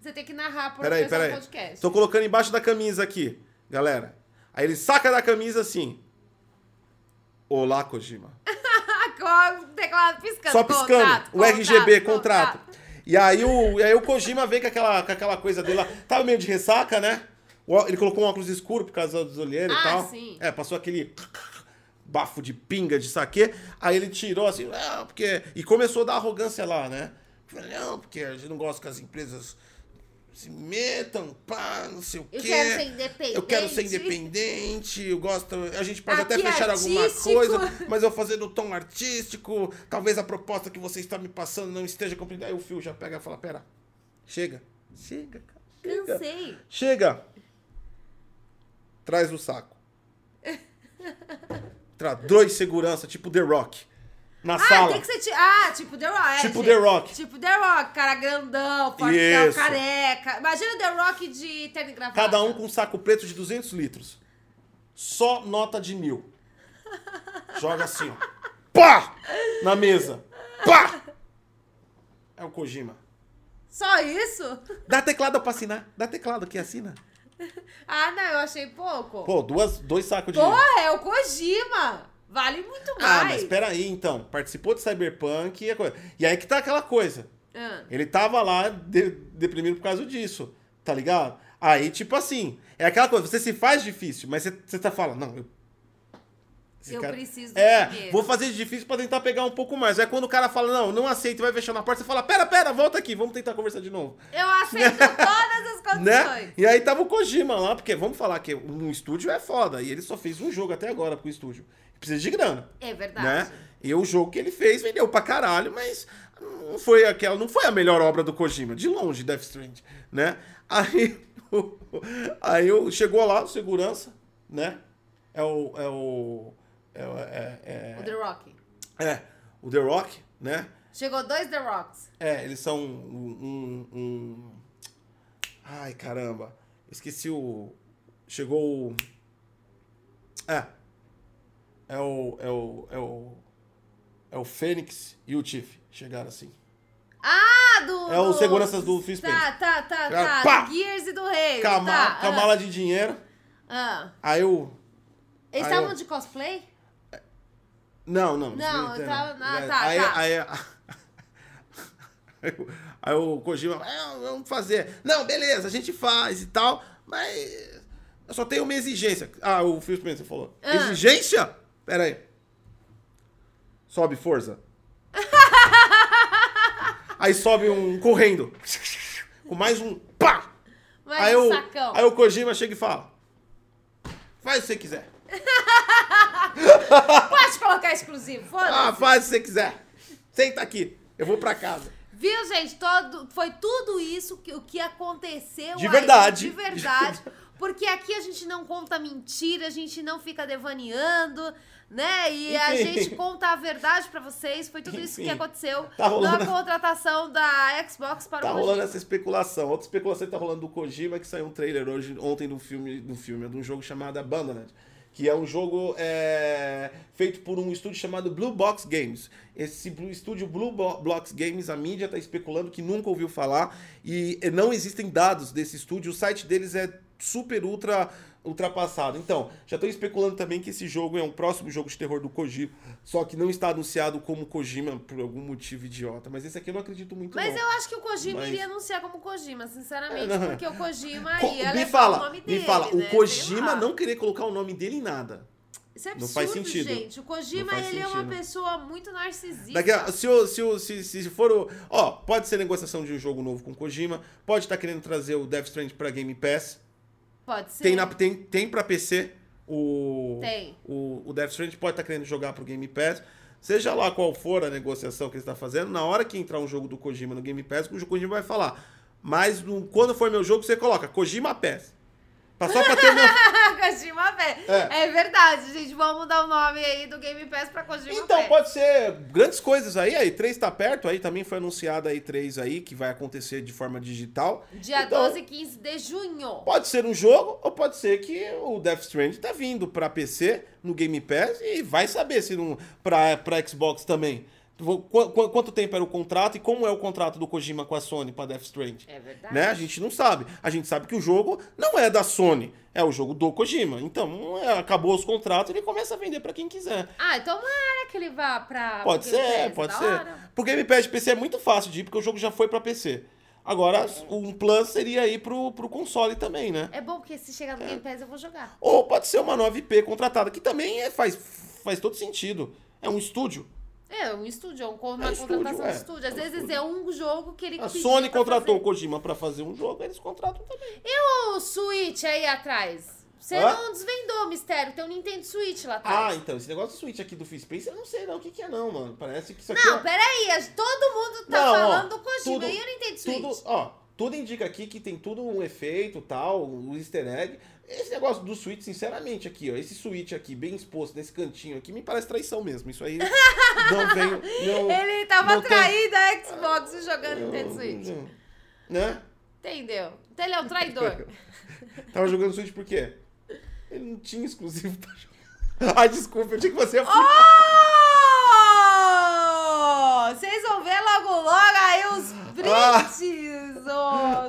Você tem que narrar pro
Peraí,
pessoal do
peraí.
podcast.
Tô colocando embaixo da camisa aqui, galera. Aí ele saca da camisa assim. Olá, Kojima.
Ah, [LAUGHS] com o teclado piscando.
Só piscando.
contrato,
o RGB,
contrato.
contrato. E aí o, e aí o Kojima vem com aquela, com aquela coisa dele lá. Tava meio de ressaca, né? O ó- ele colocou um óculos escuro por causa dos olheiros
Ah,
e tal.
sim.
É, passou aquele bafo de pinga de saque. Aí ele tirou assim, não, porque. E começou a dar arrogância lá, né? Não, porque a gente não gosta que as empresas se metam, pá, não sei o quê.
Eu quero ser independente.
Eu quero ser independente, eu gosto. A gente pode
Aqui é
até fechar
artístico.
alguma coisa, mas eu fazer no tom artístico. Talvez a proposta que você está me passando não esteja cumprida. Aí o fio já pega e fala: pera, chega. Chega, cara. Chega.
Cansei.
Chega. Traz o
[LAUGHS]
saco. Tra dois segurança, tipo The Rock. Na
Ah,
sala.
tem que ser ti- Ah, tipo The Rock. é,
Tipo
gente.
The Rock.
Tipo The Rock, cara grandão, fortão,
Isso.
careca. Imagina o The Rock de terno e gravata.
Cada um com um saco preto de 200 litros. Só nota de mil. Joga assim, ó. Pá! Na mesa. Pá! É o Kojima.
Só isso? [LAUGHS]
Dá teclado pra assinar. Dá teclado aqui, assina.
Ah, não, eu achei pouco.
Pô, duas, dois sacos de...
Porra, é o Kojima. Vale muito mais.
Ah, mas peraí, então. Participou de Cyberpunk e a coisa. E aí que tá aquela coisa.
Ah.
Ele tava lá de- deprimido por causa disso, tá ligado? Aí, tipo assim, é aquela coisa, você se faz difícil, mas você, você tá falando, não, eu. esse
Eu preciso do
É,
dinheiro.
vou fazer de difícil pra tentar pegar um pouco mais. É quando o cara fala, não, não aceito, e vai fechando a porta, você fala, pera, pera, volta aqui, vamos tentar conversar de novo.
Eu
[LAUGHS]
aceito todas as condições.
Né? E aí tava o Kojima lá, porque vamos falar que um estúdio é foda, e ele só fez um jogo até agora pro estúdio. Precisa de grana
É verdade.
né? E o jogo que ele fez vendeu pra caralho, mas não foi aquela, não foi a melhor obra do Kojima, de longe, Death Stranding, né? Aí, [LAUGHS] o- aí eu, chegou lá o segurança, né? É o é o é, o- é,
O The Rock.
é, é o The Rock, né?
Chegou dois The Rocks.
É, eles são um, um- um- ai caramba, esqueci o chegou o é é o é o é o é o Fênix e o Tiff chegaram assim.
Ah, do...
É os
do-
seguranças do Phil Spencer.
Tá, tá, tá, tá.
Cara, pá!
Do Gears e do Rei.
Com a ma-
tá.
com a mala de dinheiro.
Ah. Ah.
Aí eu
Eles
Aí eu-
estavam de cosplay?
Não, não.
Não, eu tava- ah,
É,
tá,
aí,
tá.
Aí, [LAUGHS] aí, aí o Kojima, "Ah, vamos fazer. Não, beleza, a gente faz e tal, mas eu só tenho uma exigência. Ah, o Phil Spencer falou.
Ah.
Exigência? Pera aí. Sobe,
[LAUGHS]
força. aí sobe um correndo. Com mais um pá.
Mas
Aí
um
o,
sacão.
aí o Kojima chega e fala. Faz o que você quiser.
Pode colocar exclusivo, foda-se.
Ah, faz o que você quiser. Senta aqui. Eu vou pra casa.
Viu, gente? Todo, foi tudo isso que, o que aconteceu.
De
aí,
verdade.
de verdade. Porque aqui a gente não conta mentira, a gente não fica devaneando, né? E a
Enfim.
gente conta a verdade pra vocês. Foi tudo isso que
Enfim.
aconteceu
Tá rolando-
na contratação da Xbox para
Tá
o Kojima.
rolando essa especulação. Outra especulação que tá rolando do Kojima é que saiu um trailer hoje, ontem de um filme, de um filme, de um jogo chamado Abandoned. que é um jogo é, feito por um estúdio chamado Blue Box Games. Esse blu- estúdio Blue Bo- Box Games, a mídia está especulando que nunca ouviu falar e não existem dados desse estúdio. O site deles é super ultra ultrapassado. Então, já estou especulando também que esse jogo é um próximo jogo de terror do Kojima, só que não está anunciado como Kojima por algum motivo idiota. Mas esse aqui eu não acredito muito
Mas
não.
eu acho que o Kojima
Mas-
iria anunciar como Kojima, sinceramente,
É, não.
porque o Kojima
Co-
ia
me
levar
fala,
o nome
me
dele.
fala, o
né? Sei lá.
Kojima não querer colocar o nome dele em nada.
Isso é absurdo,
não faz sentido.
gente. O
Não
Kojima,
faz
ele é uma
sentido.
pessoa muito narcisista.
Daqui a- se, o- se, o- se, se for o. Ó, pode ser negociação de um jogo novo com Kojima, pode estar querendo trazer o Death Strand pra Game Pass.
Pode ser.
Tem,
[LAUGHS]
na, tem, tem pra PC o.
Tem.
O, o Death Strand pode estar querendo jogar pro Game Pass. Seja lá qual for a negociação que ele está fazendo, na hora que entrar um jogo do Kojima no Game Pass, o Kojima vai falar. Mas no- quando for meu jogo, você coloca Kojima Pass. Pra- Só pra
[LAUGHS]
ter meu,
Kojima Pass. É.
É.
verdade, gente. Vamos mudar o nome aí do Game Pass pra Kojima
Então,
Pass.
pode ser grandes coisas aí. A E3 tá perto aí, também foi anunciada a E3 aí, que vai acontecer de forma digital.
Dia
Então,
12 e 15 de junho.
Pode ser um jogo, ou pode ser que o Death Strand tá vindo pra PC, no Game Pass, e vai saber se não. pra, pra Xbox também. Vou- qu- qu- quanto tempo era o contrato e como é o contrato do Kojima com a Sony pra Death Strand?
É verdade.
Né? A gente não sabe. A gente sabe que o jogo não é da Sony, é o jogo do Kojima. Então, é, acabou os contratos, ele começa a vender pra quem quiser.
Ah, então tomara que ele vá pra.
Pode
pro Game
ser,
Pass, é
pode
da
ser.
hora.
Pro Game Pass de PC é muito fácil de ir, porque o jogo já foi pra PC. Agora, um plus seria ir pro, pro console também, né?
É bom, porque se chegar no Game Pass eu vou jogar.
Ou pode ser uma 9P contratada, que também é- faz, faz todo sentido. É um estúdio.
É, um estúdio, é um- uma
É
contratação
estúdio,
de
é.
estúdio.
É
Às
um
vezes
estúdio.
é um jogo que ele
A
pediu
Sony
pra
contratou o
fazer.
Kojima pra fazer um jogo, eles contratam também.
E o Switch aí atrás? Você
Hã?
não desvendou o mistério, tem o Nintendo Switch lá
Ah,
atrás.
então, esse negócio do Switch aqui do Free Space, eu não sei não o que, que é não, mano. Parece que isso aqui...
não,
é-
peraí, as- todo mundo tá
Não, ó,
falando do Kojima
tudo-
e o Nintendo Switch.
tudo, ó, tudo indica aqui que tem tudo um efeito, tal, um easter egg. Esse negócio do Switch, sinceramente, aqui, ó, esse Switch aqui, bem exposto nesse cantinho aqui, me parece traição mesmo. Isso aí não vem. Não,
Ele tava
não tem-
traído a Xbox e jogando Nintendo
não-
Switch.
não- Né?
Entendeu? Então ele é
[LAUGHS]
um traidor.
Tava jogando Switch por quê? Ele não tinha exclusivo pra jogar. [LAUGHS] Ai, desculpa, eu tinha que você ia fugir.
Oh! Vocês vão ver logo logo aí os
Ah.
prints,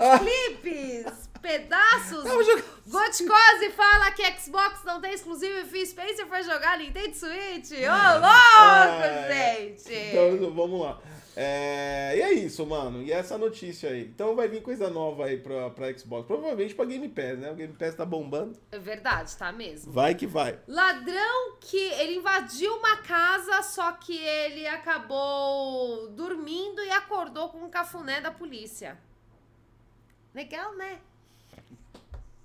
os clipes, pedaços.
Tava jogando.
Gotcose fala que Xbox não tem exclusivo e Phil Spencer foi jogar Nintendo Switch. Ô, louco,
Ai,
gente!
Então, vamos lá. É, e é isso, mano. E essa notícia aí. Então vai vir coisa nova aí pra, pra Xbox. Provavelmente pra Game Pass, né? O Game Pass tá bombando.
É verdade, tá mesmo.
Vai que vai.
Ladrão que ele invadiu uma casa, só que ele acabou dormindo e acordou com um cafuné da polícia. Legal, né?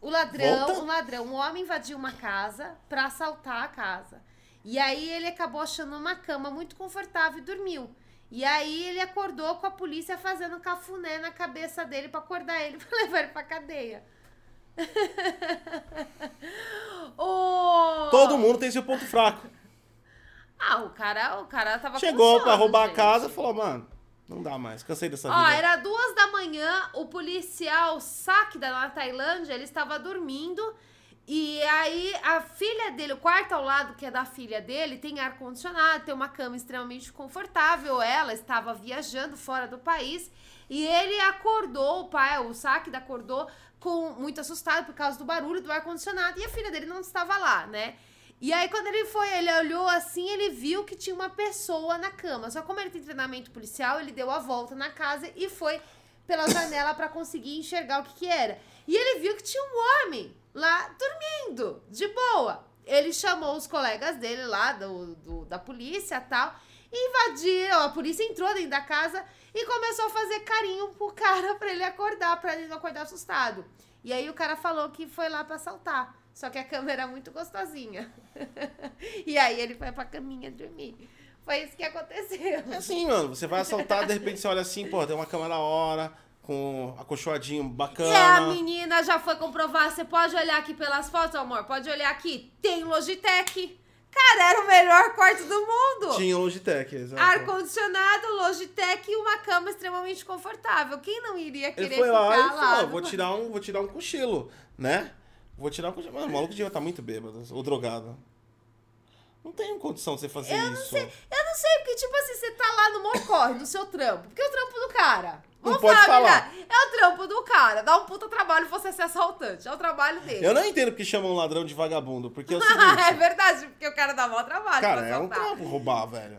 O ladrão,
Volta.
um ladrão, um homem invadiu uma casa pra assaltar a casa. E aí ele acabou achando uma cama muito confortável e dormiu. E aí ele acordou com a polícia fazendo cafuné na cabeça dele pra acordar ele [LAUGHS] pra levar ele pra cadeia. [LAUGHS] O-
Todo mundo tem seu ponto
[LAUGHS]
fraco.
Ah, o cara, o cara tava
Chegou
com
pra
sono,
roubar a
gente.
casa tá e falou, mano, não dá mais. Cansei dessa
Ó,
vida.
era duas da manhã, o policial Sakda na Tailândia, ele estava dormindo. E aí, a filha dele, o quarto ao lado, que é da filha dele, tem ar-condicionado, tem uma cama extremamente confortável. Ela estava viajando fora do país. E ele acordou, o pai, o Sakda acordou com muito assustado por causa do barulho do ar-condicionado. E a filha dele não estava lá, né? E aí, quando ele foi, ele olhou assim, ele viu que tinha uma pessoa na cama. Só como ele tem treinamento policial, ele deu a volta na casa e foi pela janela pra conseguir enxergar o que, que era. E ele viu que tinha um homem lá dormindo, de boa. Ele chamou os colegas dele lá, do, do- da polícia e tal, e invadiram. A polícia entrou dentro da casa e começou a fazer carinho pro cara pra ele acordar, pra ele não acordar assustado. E aí o cara falou que foi lá pra assaltar. Só que a cama era muito gostosinha. [LAUGHS] e aí ele foi pra caminha dormir. Foi isso que aconteceu.
É assim, mano. Você vai assaltar, de repente você olha assim, pô, tem uma cama da hora, com acolchoadinho bacana.
E é a menina já foi comprovar. Você pode olhar aqui pelas fotos, amor? Pode olhar aqui. Tem Logitech. Cara, era o melhor quarto do mundo.
Tinha Logitech, exato.
Ar-condicionado, Logitech e uma cama extremamente confortável. Quem não iria
Ele
querer
foi lá e
ficar
falou,
lá?
"Ó, vou tirar um, vou tirar um cochilo, né? Vou tirar o cochilo. Mano, o maluco devia estar muito bêbado ou drogado. Não tem condição de você fazer isso.
Eu não sei, porque, tipo assim, você tá lá no mocor, no seu trampo. Porque é o trampo do cara.
Não
Vamos
pode
falar, a
falar.
verdade. É o trampo do cara. Dá um puta trabalho você ser assaltante. É o trabalho dele.
Eu
[LAUGHS]
não entendo porque chamam ladrão de vagabundo, porque é o
é
seguinte.
verdade, porque o cara dá mau trabalho.
cara,
pra
é um
assaltar.
trampo roubar, velho.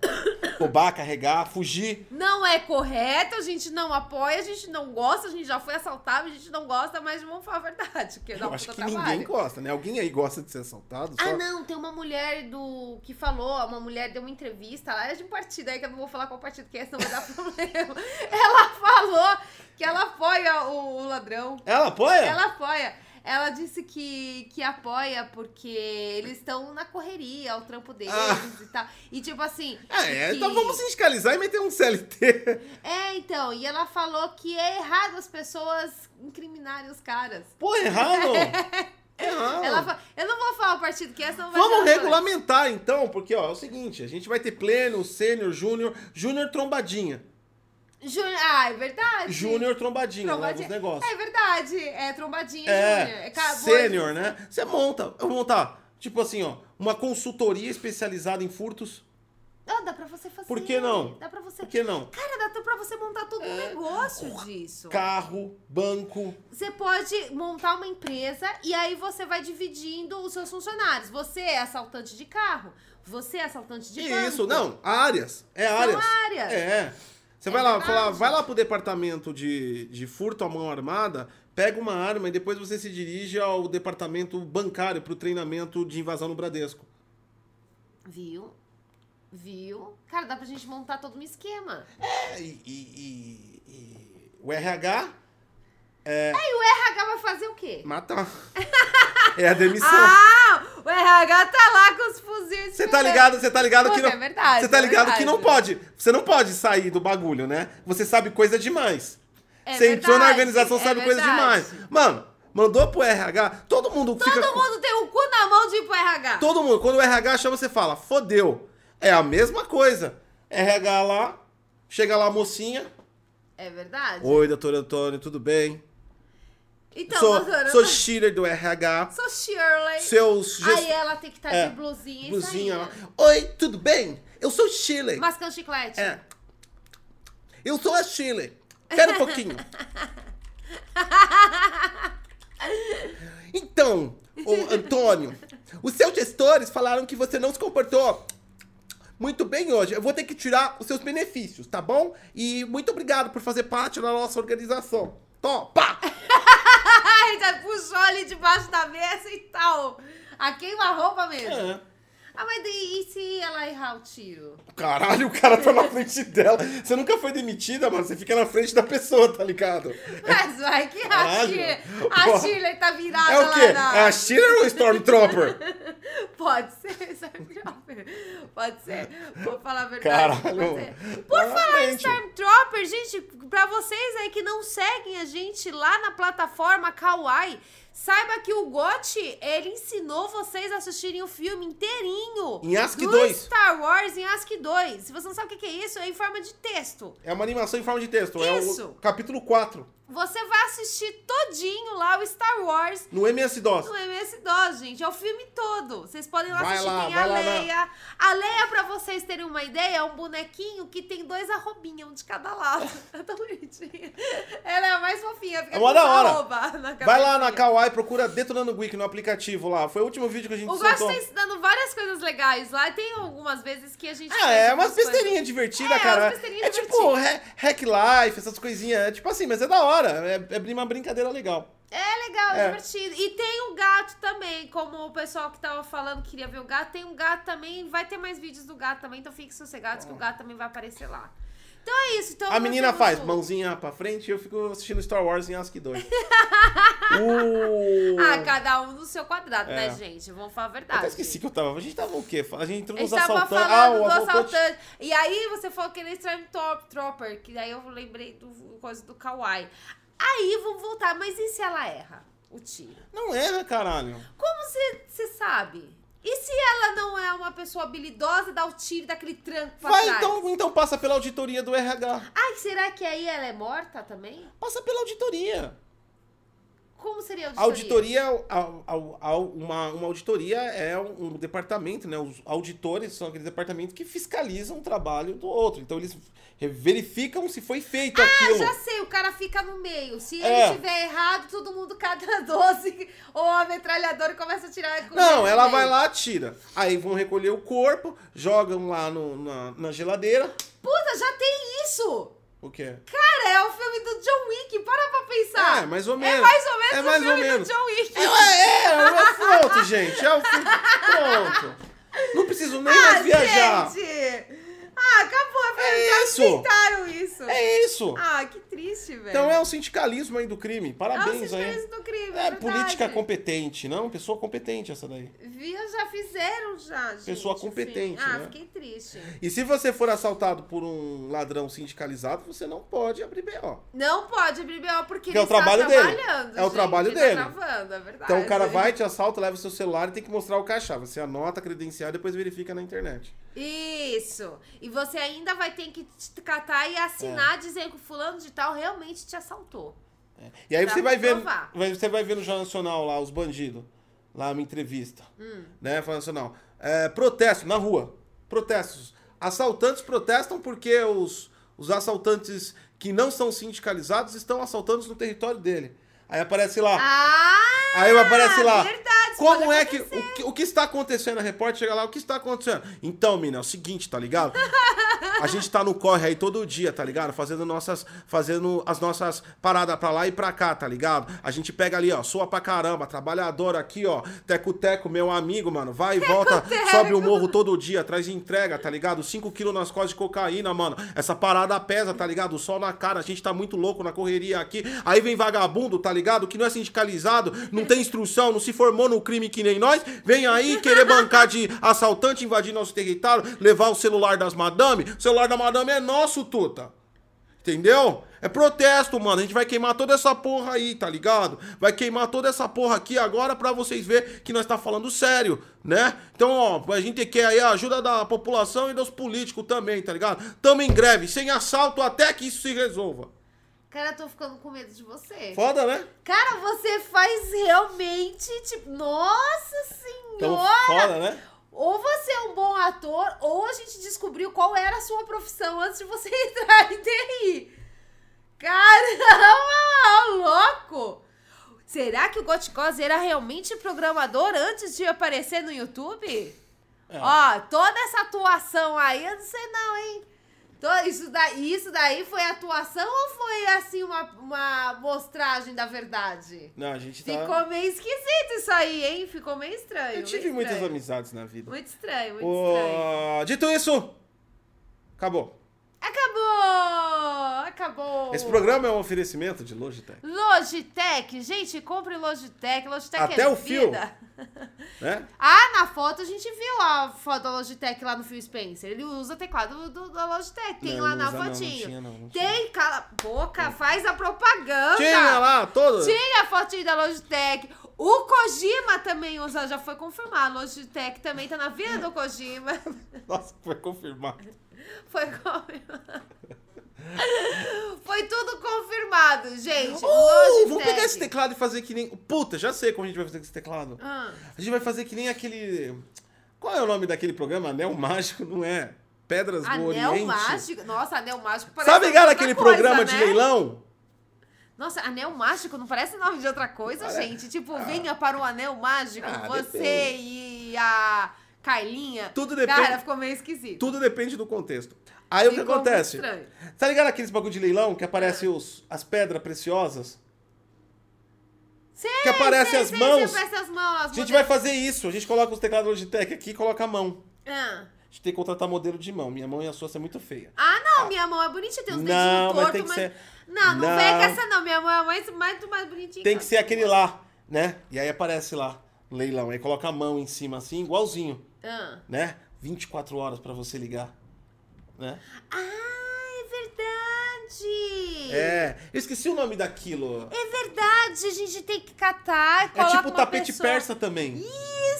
Roubar, carregar, fugir.
Não é correto, a gente não apoia, a gente não gosta, a gente já foi assaltado, a gente não gosta, mas vamos falar a verdade, que dá
Eu
um
acho
puta
que
trabalho.
ninguém gosta, né? Alguém aí gosta de ser assaltado? Só...
Ah, não, tem uma mulher do que falou, uma mulher deu uma entrevista, ela é de um partido aí, que eu não vou falar qual partido que é, senão vai dar [LAUGHS] problema. Ela falou que ela apoia o, o ladrão.
Ela apoia?
Ela apoia. Ela disse que, que apoia porque eles estão na correria, o trampo deles
Ah.
e tal. E tipo assim.
Ah, é,
que-
então vamos sindicalizar e meter um
[LAUGHS]
CLT.
É, então, e ela falou que é errado as pessoas incriminarem os caras.
Pô, errado! Errado!
[LAUGHS] Ela fa- Eu não vou falar o partido que é, senão vai
Ah. Vamos
gerar
regulamentar então, porque ó, é o seguinte, a gente vai ter pleno, sênior, júnior, júnior trombadinha.
problema. Ju... Ah, é verdade.
Júnior trombadinha, lá
Trombadinha.
dos negócios.
É verdade, é trombadinha júnior.
É,
ca- boa-
sênior, né? Você monta, eu vou montar, tipo assim, ó, uma consultoria especializada em furtos.
Ah, dá pra você fazer.
Por que não? É.
Dá pra você...
Por que não?
Cara, dá pra você montar todo um negócio disso.
Carro, banco.
Você pode montar uma empresa e aí você vai dividindo os seus funcionários. Você é assaltante de carro, você é assaltante de banco.
Isso, não, áreas. É áreas.
São áreas.
É. Você
É
vai lá,
verdade.
fala, vai lá pro departamento de, de furto à mão armada, pega uma arma e depois você se dirige ao departamento bancário pro treinamento de invasão no Bradesco.
Viu? Viu? Cara, dá pra gente montar todo um esquema.
É, e, e- e- e o RH
RH vai fazer o quê? [LAUGHS]
matar. É a demissão.
Ah! O RH tá lá com os fuzis.
Você tá ligado, você tá ligado que
Puta,
não.
é verdade,
Você tá
é
ligado que
verdade.
não pode. Você não pode sair do bagulho, né? Você sabe coisa demais.
É
você entrou na
verdade,
organização,
é
sabe coisa
verdade.
demais. Mano, mandou pro RH, todo mundo fica.
Todo
com-
mundo tem o cu na mão de ir pro RH.
Todo mundo. Quando o RH chama, você fala, fodeu. É a mesma coisa. RH lá, chega lá a mocinha.
É verdade?
Oi, doutor Antônio, tudo bem?
Então,
sou,
doutora,
sou
eu
cheater do RH.
sou Shirley.
Seus
Aí
gest...
ela tem que estar
É,
de blusinha e
Blusinha lá.
sainha.
Oi, tudo bem? Eu sou Shirley.
Mascando chiclete.
É. Eu sou a Shirley. Espera um pouquinho.
[LAUGHS]
Então, ô Antônio, os seus gestores falaram que você não se comportou muito bem hoje. Eu vou ter que tirar os seus benefícios, tá bom? E muito obrigado por fazer parte da nossa organização. Tó, pá!
Ai, tá já puxou ali debaixo da mesa e tal. A queima-roupa mesmo.
É.
Ah, mas e, e se ela errar o tiro?
Caralho, o cara tá na frente dela. Você nunca foi demitida, mano. Você fica na frente da pessoa, tá ligado?
Mas vai que a
Caralho.
Shirley,
Pô.
a Shirley tá virada
É o quê?
lá na...
É a Shirley ou o Stormtrooper?
Pode ser, [LAUGHS] Stormtrooper. Pode ser. Vou falar a verdade.
Caralho.
Pode ser. Por falar em
Claramente.
Stormtrooper, gente, pra vocês aí que não seguem a gente lá na plataforma Kawaii, saiba que o Gotti, ele ensinou vocês a assistirem o filme inteirinho.
Em ASCII
do
2.
Star Wars em ASCII 2. Se você não sabe o que que é isso, é em forma de texto.
É uma animação em forma de texto. É o
Isso.
capítulo 4,
Você vai assistir todinho lá o Star Wars
no MS-DOS.
Não é esse dose, gente. É o filme todo. Vocês podem lá
Vai
assistir.
lá,
tem a
vai lá, né? vai.
Leia. A Leia, pra vocês terem uma ideia, é um bonequinho que tem dois arrobinhos, um de cada lado. [LAUGHS] É tão bonitinha. Ela é a mais fofinha. Fica
É uma
com
da
essa
hora.
arroba na
Vai lá na
cabecinha.
Kawaii, procura Detonando Geek no aplicativo lá. Foi o último vídeo que a gente
O Gosto
soltou.
tá ensinando várias coisas legais lá. e Tem algumas vezes que a gente.
Ah,
fez
é
algumas
umas besteirinhas divertidas,
É,
cara.
umas besteirinhas
é tipo ha- Hack Life, essas coisinhas. É tipo assim, mas é da hora. É, é uma brincadeira legal.
É legal,
É.
é. divertido. E tem o gato também, como o pessoal que tava falando que queria ver o gato, tem um gato também, vai ter mais vídeos do gato também, então fiquem sossegados que o gato também vai aparecer lá. Então é isso. Então
Ah. a menina
nós
faz
temos o-
mãozinha pra frente e eu fico assistindo Star Wars em ASCII
[LAUGHS]
2. uh,
Ah, cada um no seu quadrado,
É.
né, gente? Vamos falar a
eu
verdade.
até esqueci que eu tava. A gente tava o quê? A gente entrou
A
nos
gente tava
assaltantes.
falando
Ah, o
do assaltante. E aí você falou que ele é Stormtrooper, que daí eu lembrei do coisa do Kawaii. Aí vamos voltar, mas e se ela erra o tiro?
Não erra, caralho.
Como você sabe? E se ela não é uma pessoa habilidosa, dá o tiro daquele tranco pra
Vai,
trás?
então, então passa pela auditoria do RH.
Ai, será que aí ela é morta também?
Passa pela auditoria.
Como seria a auditoria?
Auditoria, au- au- au- uma, uma auditoria é um, um departamento, né? Os auditores são aquele departamento que fiscalizam o trabalho do outro. Então eles verificam se foi feito aquilo.
Ah, Já sei, o cara fica no meio. Se
É.
ele tiver errado, todo mundo cada [LAUGHS] 12 ou a metralhadora e começa a tirar. com ele
Não,
no
ela
meio.
vai lá, tira. Aí vão recolher o corpo, jogam lá no- na, na geladeira.
Puta, já tem isso!
O que é?
Cara, é o filme do John Wick, para pra pensar.
É, mais ou menos.
É mais ou menos
É mais
o
ou
filme
menos.
do John Wick.
É, é, é, pronto, gente. É o fim. Pronto. Não preciso nem mais viajar.
Ah, gente! Ah, acabou,
É
já
isso.
aceitaram isso.
É isso.
Ah, que triste, velho.
Então é o sindicalismo aí do crime. Parabéns
Nossa,
aí.
isso do crime,
É política
competente.
competente, não? Pessoa competente essa daí.
Viu, já fizeram já, gente.
Pessoa
enfim.
competente,
Ah,
né?
fiquei triste.
E se você for assaltado por um ladrão sindicalizado, você não pode abrir B.O.
Não pode abrir BO porque
Que
ele
é o
está
trabalho dele.
trabalhando.
É o
gente,
trabalho
tá
dele.
travando, é verdade.
Então o cara vai, te assalta, leva o seu celular e tem que mostrar o caixa. Você anota a credencial e depois verifica na internet.
Isso. E você ainda vai ter que te catar e assinar
É.
dizendo que o fulano de tal realmente te assaltou.
E aí
Pra
você vai ver,
provar.
vai- você vai ver no Jornal Nacional lá, os bandidos, lá uma entrevista,
Hum.
né, Jornal Nacional. É, protesto na rua, protestos. Assaltantes protestam porque os, os assaltantes que não são sindicalizados estão assaltando no território dele. Aí aparece lá,
Ah!
aí aparece lá.
verdade, isso
Como
pode
é que o, que o que está acontecendo? A repórter chega lá, o que está acontecendo? Então, mina, é o seguinte, tá
[LAUGHS]
ligado? A gente tá no corre aí todo dia, tá ligado? Fazendo nossas. Fazendo as nossas paradas pra lá e pra cá, tá ligado? A gente pega ali, ó, soa pra caramba, trabalhadora aqui, ó. Teco-teco, meu amigo, mano. Vai e volta,
Teco-teco.
sobe o morro todo dia, traz entrega, tá ligado? 5 quilos nas costas de cocaína, mano. Essa parada pesa, tá ligado? O sol na cara, a gente tá muito louco na correria aqui. Aí vem vagabundo, tá ligado? Que não é sindicalizado, não tem instrução, não se formou no crime que nem nós. Vem aí querer bancar de assaltante, invadir nosso território, levar o celular das madame. O celular da madame é nosso, Tuta. Entendeu? É protesto, mano. A gente vai queimar toda essa porra aí, tá ligado? Vai queimar toda essa porra aqui agora pra vocês verem que nós tá falando sério, né? Então, ó, a gente quer aí a ajuda da população e dos políticos também, tá ligado? Tamo em greve, sem assalto até que isso se resolva.
Cara, eu tô ficando com medo de você.
Foda, né?
Cara, você faz realmente, tipo, nossa
Tamo
senhora!
foda, né?
Ou você é um bom ator, ou a gente descobriu qual era a sua profissão antes de você [LAUGHS] entrar em TI. Caramba, louco! Será que o Goticose era realmente programador antes de aparecer no YouTube?
É.
Ó, toda essa atuação aí, eu não sei não, hein? To- Isso daí, isso daí foi atuação ou foi, assim, uma, uma mostragem da verdade?
Não, a gente tá.
Ficou meio esquisito isso aí, hein? Ficou meio estranho.
Eu tive
meio
muitas
estranho.
amizades na vida.
Muito estranho, muito estranho.
Ô, Dito isso, acabou.
Acabou! Acabou!
Esse programa é um oferecimento de Logitech,
Logitech, gente, compre Logitech. Logitech
Até
é
o fio.
vida.
né?
[LAUGHS] Ah, na foto a gente viu a foto da Logitech lá no Phil Spencer. Ele usa teclado do, da Logitech. Tem
Não,
lá
não
na
usa, não, não
fotinho.
tinha, não, não tinha.
Tem, cala a boca, faz a propaganda.
Tinha lá todo.
Tinha a fotinho da Logitech. O Kojima também usa, já foi confirmar. A Logitech também tá na vida do Kojima. [LAUGHS]
Nossa, foi confirmado.
Foi confirmado. [LAUGHS] Foi tudo confirmado, gente.
Uh,
Logitech.
vamos pegar esse teclado e fazer que nem. Puta, já sei como a gente vai fazer com esse teclado.
Ah,
A gente vai fazer que nem aquele. Qual é o nome daquele programa? Anel Mágico, não é? Pedras do
anel
Oriente.
mágico. Nossa, anel mágico parece.
Sabe ligar
outra
aquele
coisa,
programa de
né?
leilão?
Nossa, anel mágico não parece nome de outra coisa,
Parece.
gente. Tipo, venha para o anel mágico,
Ah,
você
depende.
e a Carlinha.
Tudo
Cara,
depende-
ficou meio esquisito.
Tudo depende do contexto. Aí o que
Ficou muito
acontece?
estranho.
Tá ligado aqueles bagulho de leilão que aparecem os, as pedras preciosas?
Sei,
Que aparece
sei,
as
sei,
mãos.
sei, aparece as mãos.
A
As
gente
modelos.
vai fazer isso. A gente coloca os teclados Logitech aqui e coloca a mão.
Ah.
A gente tem que contratar modelo de mão. Minha mão e a sua são muito feia.
Ah, não, minha mão é bonita, tem uns
Não,
dedinhos
mas
tortos,
tem que
mas...
ser-
Não, não,
Não.
vem com essa não, minha mão é mais, mais, mais bonitinha.
Tem que ser aquele lá, né? E aí aparece lá, leilão. Aí coloca a mão em cima assim, igualzinho,
Ah.
né? 24 horas pra você ligar, né?
Ah, é verdade!
É, eu esqueci o nome daquilo.
É verdade, a gente tem que catar,
É
coloca
tipo
uma
tapete
pessoa...
persa também.
Isso!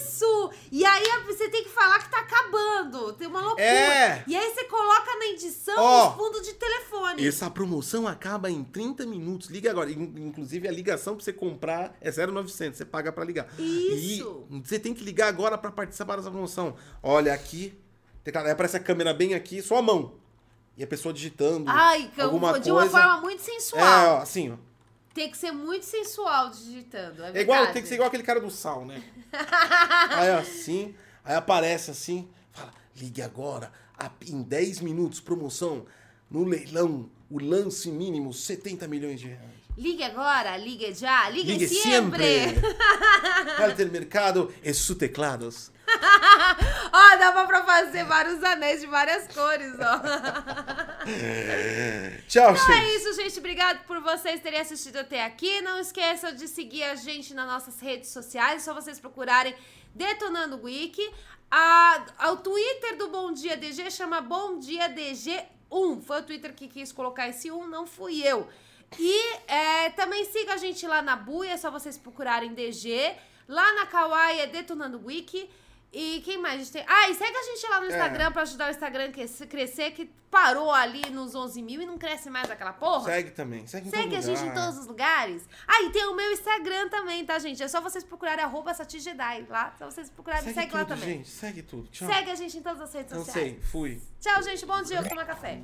isso! E aí você tem que falar que tá acabando. Tem uma loucura.
É.
E aí você coloca na edição
Ó.
os fundos de telefone.
Essa promoção acaba em 30 minutos. Liga agora. In- Inclusive, a ligação pra você comprar é 0,900. Você paga pra ligar.
Isso.
E você tem que ligar agora pra participar dessa promoção. Olha aqui. Teclado. Aí aparece a câmera bem aqui, só a mão. E a pessoa digitando
Ai, que eu-
alguma
de uma
coisa.
forma muito
é,
sensual.
ó, assim, ó.
Tem que ser muito sensual digitando. É,
É igual,
verdade.
tem que ser igual aquele cara do sal,
[LAUGHS]
né? aí assim, aí aparece assim, fala, ligue agora, a- em 10 minutos, promoção, no leilão, o lance mínimo, 70 milhões de reais.
Ligue agora, ligue já, ligue,
Ligue
sempre. [LAUGHS]
sempre! Para ter mercado e sus teclados.
Ó, dava pra fazer vários anéis de várias cores, ó.
Tchau,
Então
gente.
[LAUGHS] é isso, gente. Obrigado por vocês terem assistido até aqui. Não esqueçam de seguir a gente nas nossas redes sociais. É só vocês procurarem Detonando Wiki. A, a- o Twitter do Bom Dia DG chama Bom Dia DG1. Foi o Twitter que quis colocar esse 1, não fui eu. E é, também siga a gente lá na Buia, é só vocês procurarem DG. Lá na Kawaii é Detonando Wiki. E quem mais a gente tem? Ah, e segue a gente lá no
É.
Instagram pra ajudar o Instagram a crescer, que parou ali nos 11 mil e não cresce mais aquela porra.
Segue também, segue em
Segue
todo
a gente
lugar.
em todos os lugares. Ah, e tem o meu Instagram também, tá, gente? É só vocês procurarem arroba SatiGedai lá. Só vocês procurarem,
Segue,
segue, lá
tudo,
também.
gente, segue tudo. Tchau.
Segue a gente em todas as redes sociais.
Cansei, fui.
Tchau, gente. Bom dia. Vou tomar café.